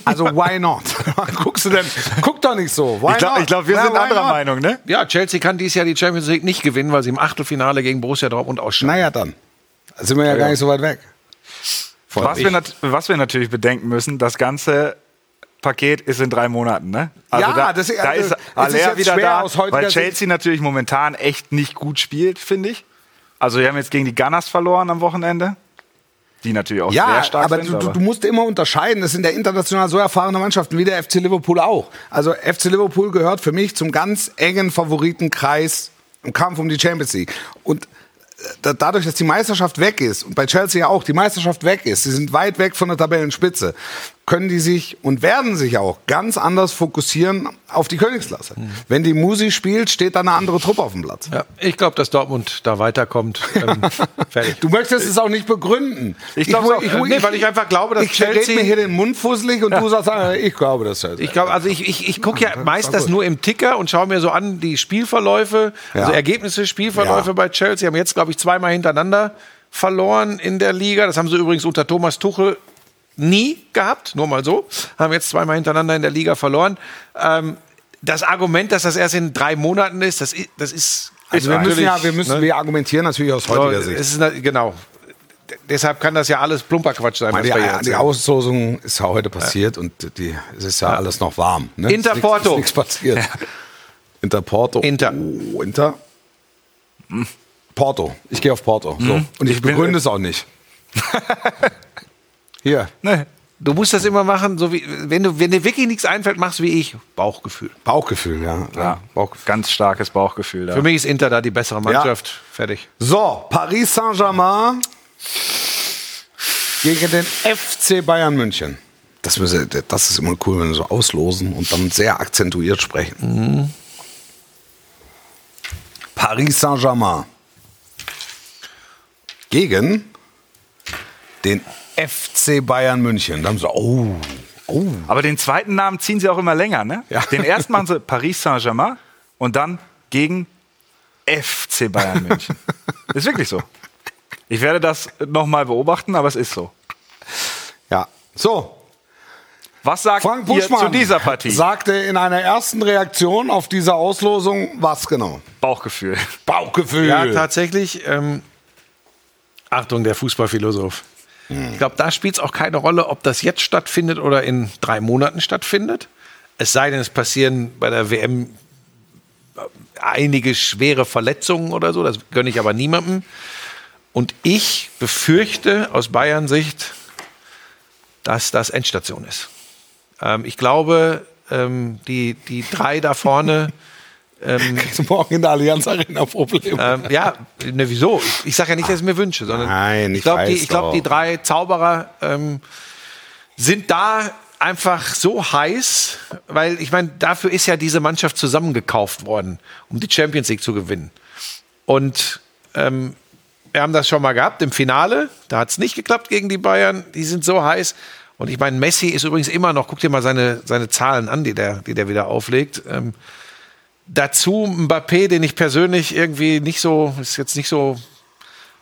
Speaker 4: Also why not? Guckst du denn? Guck doch nicht so. Why
Speaker 5: ich glaube,
Speaker 4: not?
Speaker 5: glaub, wir
Speaker 4: Ja,
Speaker 5: sind
Speaker 4: why
Speaker 5: anderer
Speaker 4: not?
Speaker 5: Meinung, ne?
Speaker 2: Ja, Chelsea kann dieses Jahr die Champions League nicht gewinnen, weil sie im Achtelfinale gegen Borussia Dortmund ausscheiden.
Speaker 4: Naja, dann. Da sind wir ja, gar nicht so weit weg. Von
Speaker 5: Was wir, nat- was wir natürlich bedenken müssen, das ganze Paket ist in drei Monaten, ne?
Speaker 4: Ja,
Speaker 5: da,
Speaker 4: das ist-
Speaker 5: da
Speaker 4: also,
Speaker 5: ist
Speaker 4: es ist
Speaker 5: Aller
Speaker 4: jetzt
Speaker 5: wieder
Speaker 4: schwer
Speaker 5: da,
Speaker 4: aus heutiger
Speaker 5: weil
Speaker 4: Sicht.
Speaker 5: Chelsea natürlich momentan echt nicht gut spielt, finde ich. Also wir haben jetzt gegen die Gunners verloren am Wochenende, die natürlich auch
Speaker 4: ja,
Speaker 5: sehr stark
Speaker 4: aber,
Speaker 5: sind.
Speaker 4: du, du, du musst immer unterscheiden. Das sind ja international so erfahrene Mannschaften wie der FC Liverpool auch. Also FC Liverpool gehört für mich zum ganz engen Favoritenkreis im Kampf um die Champions League. Und äh, da, dadurch, dass die Meisterschaft weg ist und bei Chelsea ja auch die Meisterschaft weg ist, sie sind weit weg von der Tabellenspitze, können die sich und werden sich auch ganz anders fokussieren auf die Königsklasse.
Speaker 5: Mhm.
Speaker 4: Wenn die Musi spielt, steht da eine andere Truppe auf dem Platz.
Speaker 2: Ja, ich glaube, dass Dortmund da weiterkommt. Ähm, fertig.
Speaker 4: Du möchtest es auch nicht begründen.
Speaker 2: Ich glaub's
Speaker 4: mu-
Speaker 2: auch, äh,
Speaker 4: mu-
Speaker 2: nee, weil ich einfach glaube, dass
Speaker 4: ich Ich
Speaker 2: Chelsea-
Speaker 4: mir hier den Mund fusselig und du sagst, äh, ich glaube, das Chelsea.
Speaker 2: Ich glaube, also ich, ich, ich gucke ja meist
Speaker 4: war
Speaker 2: das
Speaker 4: gut.
Speaker 2: nur im Ticker und schaue mir so an die Spielverläufe, also
Speaker 4: Ja.
Speaker 2: Ergebnisse, Spielverläufe
Speaker 4: Ja.
Speaker 2: bei Chelsea. Haben jetzt, glaube ich, zweimal hintereinander verloren in der Liga. Das haben sie übrigens unter Thomas Tuchel nie gehabt, nur mal so. Haben jetzt zweimal hintereinander in der Liga verloren. Ähm, das Argument, dass das erst in drei Monaten ist, das, i- das ist. ne,
Speaker 4: also wir müssen ja, wir müssen, wir argumentieren natürlich aus
Speaker 2: So,
Speaker 4: heutiger Sicht.
Speaker 2: es ist, na- genau. D deshalb kann das ja alles plumper Quatsch sein.
Speaker 4: Weil
Speaker 2: was wir hier
Speaker 4: die, die
Speaker 2: erzählen.
Speaker 4: Auslosung ist ja heute passiert und die, es ist ja alles noch warm. Ne?
Speaker 2: Inter
Speaker 4: Ist nix-
Speaker 2: Porto.
Speaker 4: Ist nichts passiert. Inter Porto.
Speaker 2: Inter.
Speaker 4: Oh, Inter. Porto. Ich gehe auf Porto.
Speaker 2: Mhm.
Speaker 4: So. Und ich,
Speaker 5: Ich bin-
Speaker 4: begründe es auch nicht. Hier,
Speaker 5: ne?
Speaker 2: Du musst das immer machen, so wie wenn du wenn dir wirklich nichts einfällt, machst du wie ich Bauchgefühl.
Speaker 4: Bauchgefühl, ja.
Speaker 5: Ja,
Speaker 4: Bauchgefühl.
Speaker 5: ganz starkes Bauchgefühl da.
Speaker 2: Für mich ist Inter da die bessere Mannschaft. Fertig.
Speaker 4: So, Paris Saint-Germain gegen den FC Bayern München. Das, müsse, das ist immer cool, wenn wir so auslosen und dann sehr akzentuiert sprechen. Paris Saint-Germain gegen den FC Bayern München. Da haben sie, oh, oh.
Speaker 5: Aber den zweiten Namen ziehen sie auch immer länger, ne?
Speaker 4: Ja.
Speaker 5: Den ersten machen sie Paris Saint-Germain und dann gegen FC Bayern München. ist wirklich so. Ich werde das nochmal beobachten, aber es ist so.
Speaker 4: Ja, so.
Speaker 5: Was sagt
Speaker 4: Frank
Speaker 5: ihr
Speaker 4: Buschmann
Speaker 5: zu dieser Partie?
Speaker 4: sagte in einer ersten Reaktion auf diese Auslosung, was genau?
Speaker 5: Bauchgefühl.
Speaker 4: Bauchgefühl.
Speaker 2: Ja, tatsächlich. Ähm, Achtung, der Fußballphilosoph. Ich glaube, da spielt es auch keine Rolle, ob das jetzt stattfindet oder in drei Monaten stattfindet. Es sei denn, es passieren bei der WM einige schwere Verletzungen oder so. Das gönne ich aber niemandem. Und ich befürchte aus Bayern Sicht, dass das Endstation ist. Ähm, ich glaube, ähm, die, die drei da vorne.
Speaker 4: Kriegst morgen in der Allianz Arena Problem.
Speaker 2: Ähm, ja, ne, wieso? Ich, ich sage ja nicht, dass ich es mir wünsche, sondern
Speaker 4: Nein,
Speaker 2: ich
Speaker 4: ich
Speaker 2: glaube, die,
Speaker 4: weiß
Speaker 2: ich glaub, die
Speaker 4: doch.
Speaker 2: drei Zauberer ähm, sind da einfach so heiß, weil ich meine, dafür ist ja diese Mannschaft zusammengekauft worden, um die Champions League zu gewinnen. Und ähm, wir haben das schon mal gehabt im Finale. Da hat es nicht geklappt gegen die Bayern. Die sind so heiß. Und ich meine, Messi ist übrigens immer noch, guck dir mal seine, seine Zahlen an, die der, die der wieder auflegt. Ähm, dazu Mbappé, den ich persönlich irgendwie nicht so, ist jetzt nicht so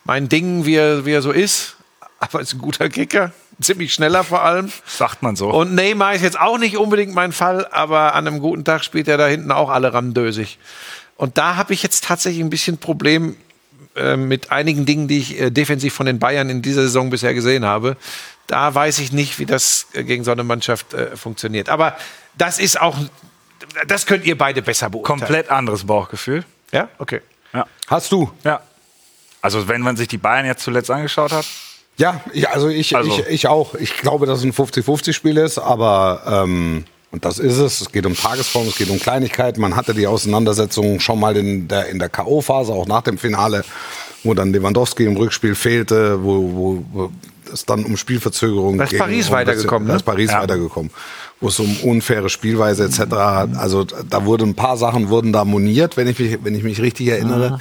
Speaker 2: mein Ding, wie er, wie er so ist. Aber ist ein guter Kicker. Ziemlich schneller vor allem.
Speaker 5: Sagt man so.
Speaker 2: Und Neymar ist jetzt auch nicht unbedingt mein Fall, aber an einem guten Tag spielt er da hinten auch alle ramdösig. Und da habe ich jetzt tatsächlich ein bisschen Problem äh, mit einigen Dingen, die ich äh, defensiv von den Bayern in dieser Saison bisher gesehen habe. Da weiß ich nicht, wie das äh, gegen so eine Mannschaft äh, funktioniert. Aber das ist auch, das könnt ihr beide besser beurteilen.
Speaker 5: Komplett anderes Bauchgefühl.
Speaker 2: Ja, okay.
Speaker 4: Hast du?
Speaker 5: Ja. Also wenn man sich die Bayern jetzt zuletzt angeschaut hat,
Speaker 4: Ja, ich, also, ich,
Speaker 5: Also.
Speaker 4: Ich, ich auch. Ich glaube, dass es ein 50-50-Spiel ist, aber ähm, und das ist es. Es geht um Tagesform, es geht um Kleinigkeiten. Man hatte die Auseinandersetzung schon mal in der, in der K.O.-Phase, auch nach dem Finale, wo dann Lewandowski im Rückspiel fehlte, wo, wo, wo es dann um Spielverzögerungen
Speaker 2: Da ist Paris
Speaker 4: um-
Speaker 2: weitergekommen,
Speaker 4: Da
Speaker 2: ne?
Speaker 4: ist Paris
Speaker 5: Ja.
Speaker 4: weitergekommen, wo es um unfaire Spielweise etc. hat. Also da wurden ein paar Sachen wurden da moniert, wenn ich mich, wenn ich mich richtig erinnere.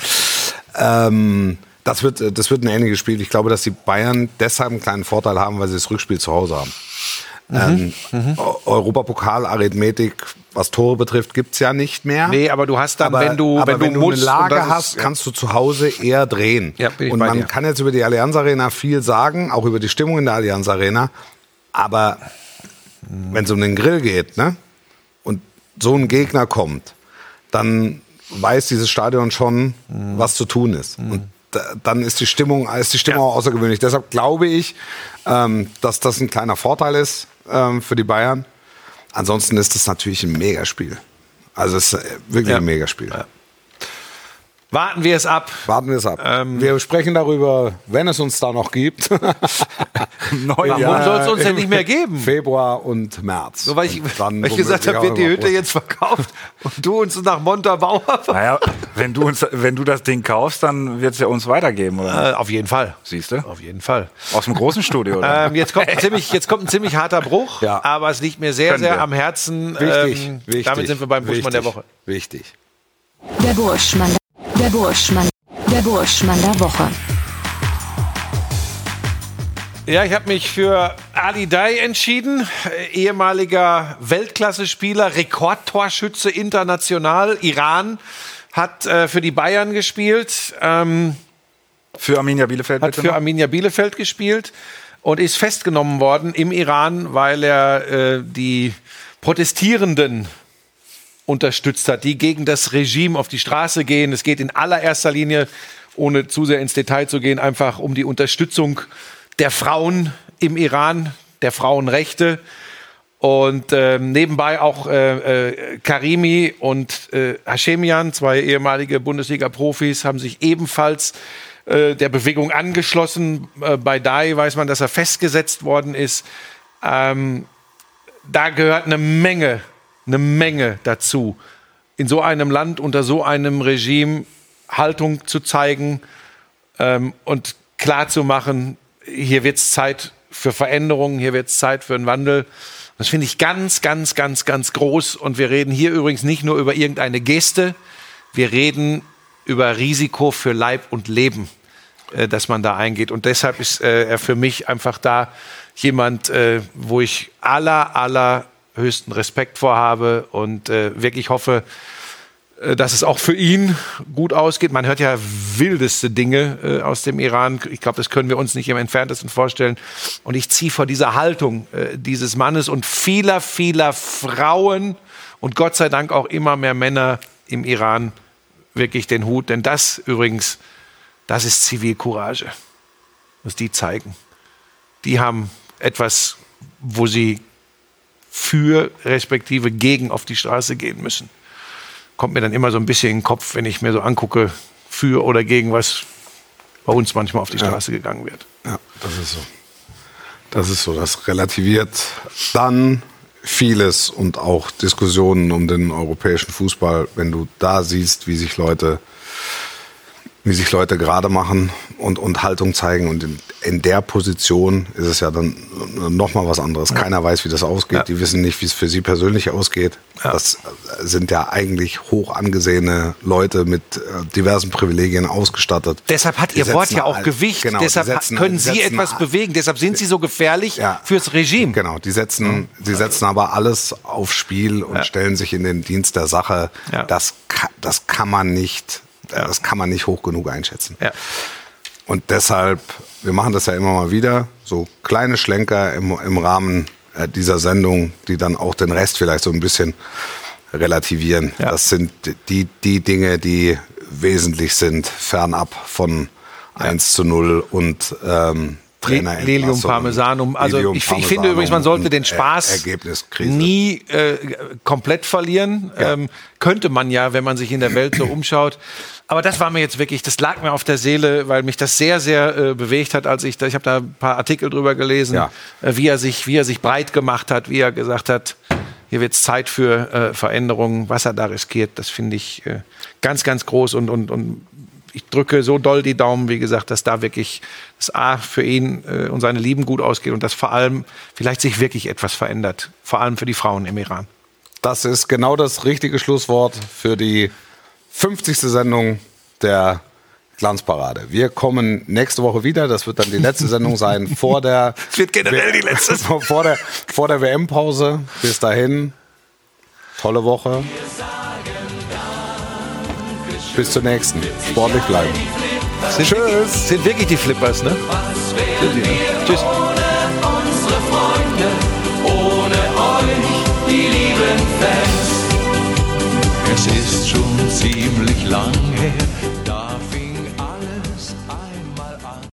Speaker 4: Ähm, das wird, äh, das wird ein ähnliches Spiel. Ich glaube, dass die Bayern deshalb einen kleinen Vorteil haben, weil sie das Rückspiel zu Hause haben.
Speaker 2: Mhm,
Speaker 4: Ähm, Eu- Europapokal-Arithmetik, was Tore betrifft, gibt's ja nicht mehr.
Speaker 2: Nee, aber du hast dann,
Speaker 4: Aber-
Speaker 2: wenn du,
Speaker 4: aber
Speaker 2: wenn du, musst,
Speaker 4: eine
Speaker 2: und das
Speaker 4: Lage
Speaker 2: ist-
Speaker 4: hast, kannst du zu Hause eher drehen.
Speaker 2: Ja, bin ich
Speaker 4: und
Speaker 2: bei
Speaker 4: man
Speaker 2: dir.
Speaker 4: kann jetzt über die Allianz Arena viel sagen, auch über die Stimmung in der Allianz Arena. Aber
Speaker 2: Mhm.
Speaker 4: wenn es um den Grill geht, ne? Und so ein Gegner kommt, dann weiß dieses Stadion schon,
Speaker 2: Mhm.
Speaker 4: was zu tun ist. Und da- dann ist die Stimmung, ist die Stimmung auch außergewöhnlich. Deshalb glaube ich, ähm, dass das ein kleiner Vorteil ist ähm, für die Bayern. Ansonsten ist es natürlich ein Megaspiel. Also es ist äh, wirklich
Speaker 2: Ja.
Speaker 4: ein Megaspiel.
Speaker 2: warten wir es ab.
Speaker 4: Warten wir es ab.
Speaker 2: Ähm.
Speaker 4: wir sprechen darüber, wenn es uns da noch gibt.
Speaker 5: Neujahr.
Speaker 2: Warum soll es uns denn nicht mehr geben?
Speaker 4: Februar und März.
Speaker 2: So, weil ich,
Speaker 4: Und
Speaker 2: weil ich
Speaker 4: womöglich
Speaker 2: gesagt habe, wird
Speaker 4: auch
Speaker 2: die
Speaker 4: noch
Speaker 2: Hütte jetzt verkauft und du uns nach Montabaur?
Speaker 5: naja, wenn du, uns, wenn du das Ding kaufst, dann wird es ja uns weitergeben, oder?
Speaker 2: Äh, auf jeden Fall.
Speaker 5: Siehst du?
Speaker 2: Auf jeden Fall.
Speaker 5: Aus dem großen Studio, oder?
Speaker 2: Ähm, jetzt, kommt ein ziemlich, jetzt kommt ein ziemlich harter Bruch,
Speaker 4: Ja.
Speaker 2: aber es liegt mir sehr,
Speaker 5: Können
Speaker 2: sehr
Speaker 5: wir.
Speaker 2: am Herzen.
Speaker 4: Wichtig,
Speaker 2: Ähm,
Speaker 4: wichtig.
Speaker 2: Damit sind wir beim Buschmann der
Speaker 4: wichtig,
Speaker 2: Woche.
Speaker 4: Wichtig.
Speaker 6: Der Burschmann. Der Burschmann. Der Burschmann der Woche.
Speaker 2: Ja, ich habe mich für Ali Dai entschieden, äh, ehemaliger Weltklasse-Spieler, Rekordtorschütze international, Iran, hat äh, für die Bayern gespielt. Ähm,
Speaker 5: für Arminia Bielefeld
Speaker 2: hat
Speaker 5: bitte
Speaker 2: für
Speaker 5: noch.
Speaker 2: Arminia Bielefeld gespielt und ist festgenommen worden im Iran, weil er äh, die Protestierenden unterstützt hat, die gegen das Regime auf die Straße gehen. Es geht in allererster Linie, ohne zu sehr ins Detail zu gehen, einfach um die Unterstützung der Frauen im Iran, der Frauenrechte. Und ähm, nebenbei auch äh, äh, Karimi und äh, Hashemian, zwei ehemalige Bundesliga-Profis, haben sich ebenfalls äh, der Bewegung angeschlossen. Äh, bei Dai weiß man, dass er festgesetzt worden ist. Ähm, da gehört eine Menge, eine Menge dazu. In so einem Land, unter so einem Regime Haltung zu zeigen ähm, und klar zu machen, hier wird es Zeit für Veränderungen, hier wird es Zeit für einen Wandel. Das finde ich ganz, ganz, ganz, ganz groß. Und wir reden hier übrigens nicht nur über irgendeine Geste, wir reden über Risiko für Leib und Leben, äh, dass man da eingeht. Und deshalb ist äh, er für mich einfach da jemand, äh, wo ich aller, aller höchsten Respekt vor habe und äh, wirklich hoffe, äh, dass es auch für ihn gut ausgeht. Man hört ja wildeste Dinge äh, aus dem Iran. Ich glaube, das können wir uns nicht im entferntesten vorstellen. Und ich ziehe vor dieser Haltung äh, dieses Mannes und vieler, vieler Frauen und Gott sei Dank auch immer mehr Männer im Iran wirklich den Hut. Denn das übrigens, das ist Zivilcourage. Was die zeigen. Die haben etwas, wo sie für respektive gegen auf die Straße gehen müssen. Kommt mir dann immer so ein bisschen in den Kopf, wenn ich mir so angucke, für oder gegen was bei uns manchmal auf die Straße gegangen wird.
Speaker 4: Ja, das ist so. Das ist so. Das relativiert dann vieles und auch Diskussionen um den europäischen Fußball, wenn du da siehst, wie sich Leute, wie sich Leute gerade machen und, und Haltung zeigen. Und in, in der Position ist es ja dann nochmal was anderes. Keiner weiß, wie das ausgeht.
Speaker 2: Ja.
Speaker 4: Die wissen nicht, wie es für sie persönlich ausgeht. Das sind ja eigentlich hoch angesehene Leute mit äh, diversen Privilegien ausgestattet.
Speaker 2: Deshalb hat
Speaker 4: Die
Speaker 2: ihr Wort
Speaker 4: setzen
Speaker 2: ja auch
Speaker 4: all-
Speaker 2: Gewicht.
Speaker 4: Genau, die
Speaker 2: Deshalb
Speaker 4: setzen-
Speaker 2: können
Speaker 4: die
Speaker 2: sie
Speaker 4: setzen
Speaker 2: etwas
Speaker 4: all-
Speaker 2: bewegen. Deshalb sind sie so gefährlich
Speaker 4: Ja.
Speaker 2: fürs Regime.
Speaker 4: Genau, die setzen, die setzen aber alles aufs Spiel und
Speaker 2: Ja.
Speaker 4: stellen sich in den Dienst der Sache.
Speaker 2: Ja.
Speaker 4: Das, ka- das kann man nicht, das kann man nicht hoch genug einschätzen.
Speaker 2: Ja.
Speaker 4: Und deshalb, wir machen das ja immer mal wieder, so kleine Schlenker im, im Rahmen äh, dieser Sendung, die dann auch den Rest vielleicht so ein bisschen relativieren.
Speaker 2: Ja.
Speaker 4: Das sind die, die Dinge, die wesentlich sind, fernab von 1 zu 0 und ähm, Trainer.
Speaker 2: Lelium Parmesanum. Also ich, ich finde übrigens, man sollte den Spaß
Speaker 4: Ergebniskrise.
Speaker 2: nie äh, komplett verlieren. Ähm, könnte man ja, wenn man sich in der Welt so umschaut. Aber das war mir jetzt wirklich, das lag mir auf der Seele, weil mich das sehr, sehr äh, bewegt hat, als ich da, ich habe da ein paar Artikel drüber gelesen,
Speaker 4: Ja.
Speaker 2: äh, wie er sich, wie er sich breit gemacht hat, wie er gesagt hat, hier wird es Zeit für äh, Veränderungen, was er da riskiert, das finde ich äh, ganz, ganz groß und, und, und ich drücke so doll die Daumen, wie gesagt, dass da wirklich das A für ihn äh, und seine Lieben gut ausgeht und dass vor allem vielleicht sich wirklich etwas verändert, vor allem für die Frauen im Iran.
Speaker 4: Das ist genau das richtige Schlusswort für die 50. Sendung der Glanzparade. Wir kommen nächste Woche wieder. Das wird dann die letzte Sendung sein vor der,
Speaker 2: Es wird generell die letzte.
Speaker 4: vor der, vor der WM-Pause. Bis dahin. Tolle Woche. Bis zur nächsten. Sportlich bleiben.
Speaker 2: Sind Wirklich, sind wirklich die Flippers, ne? Tschüss.
Speaker 3: unsere Freunde, ohne euch, die lieben Fans. Es ist schon ziemlich lang her,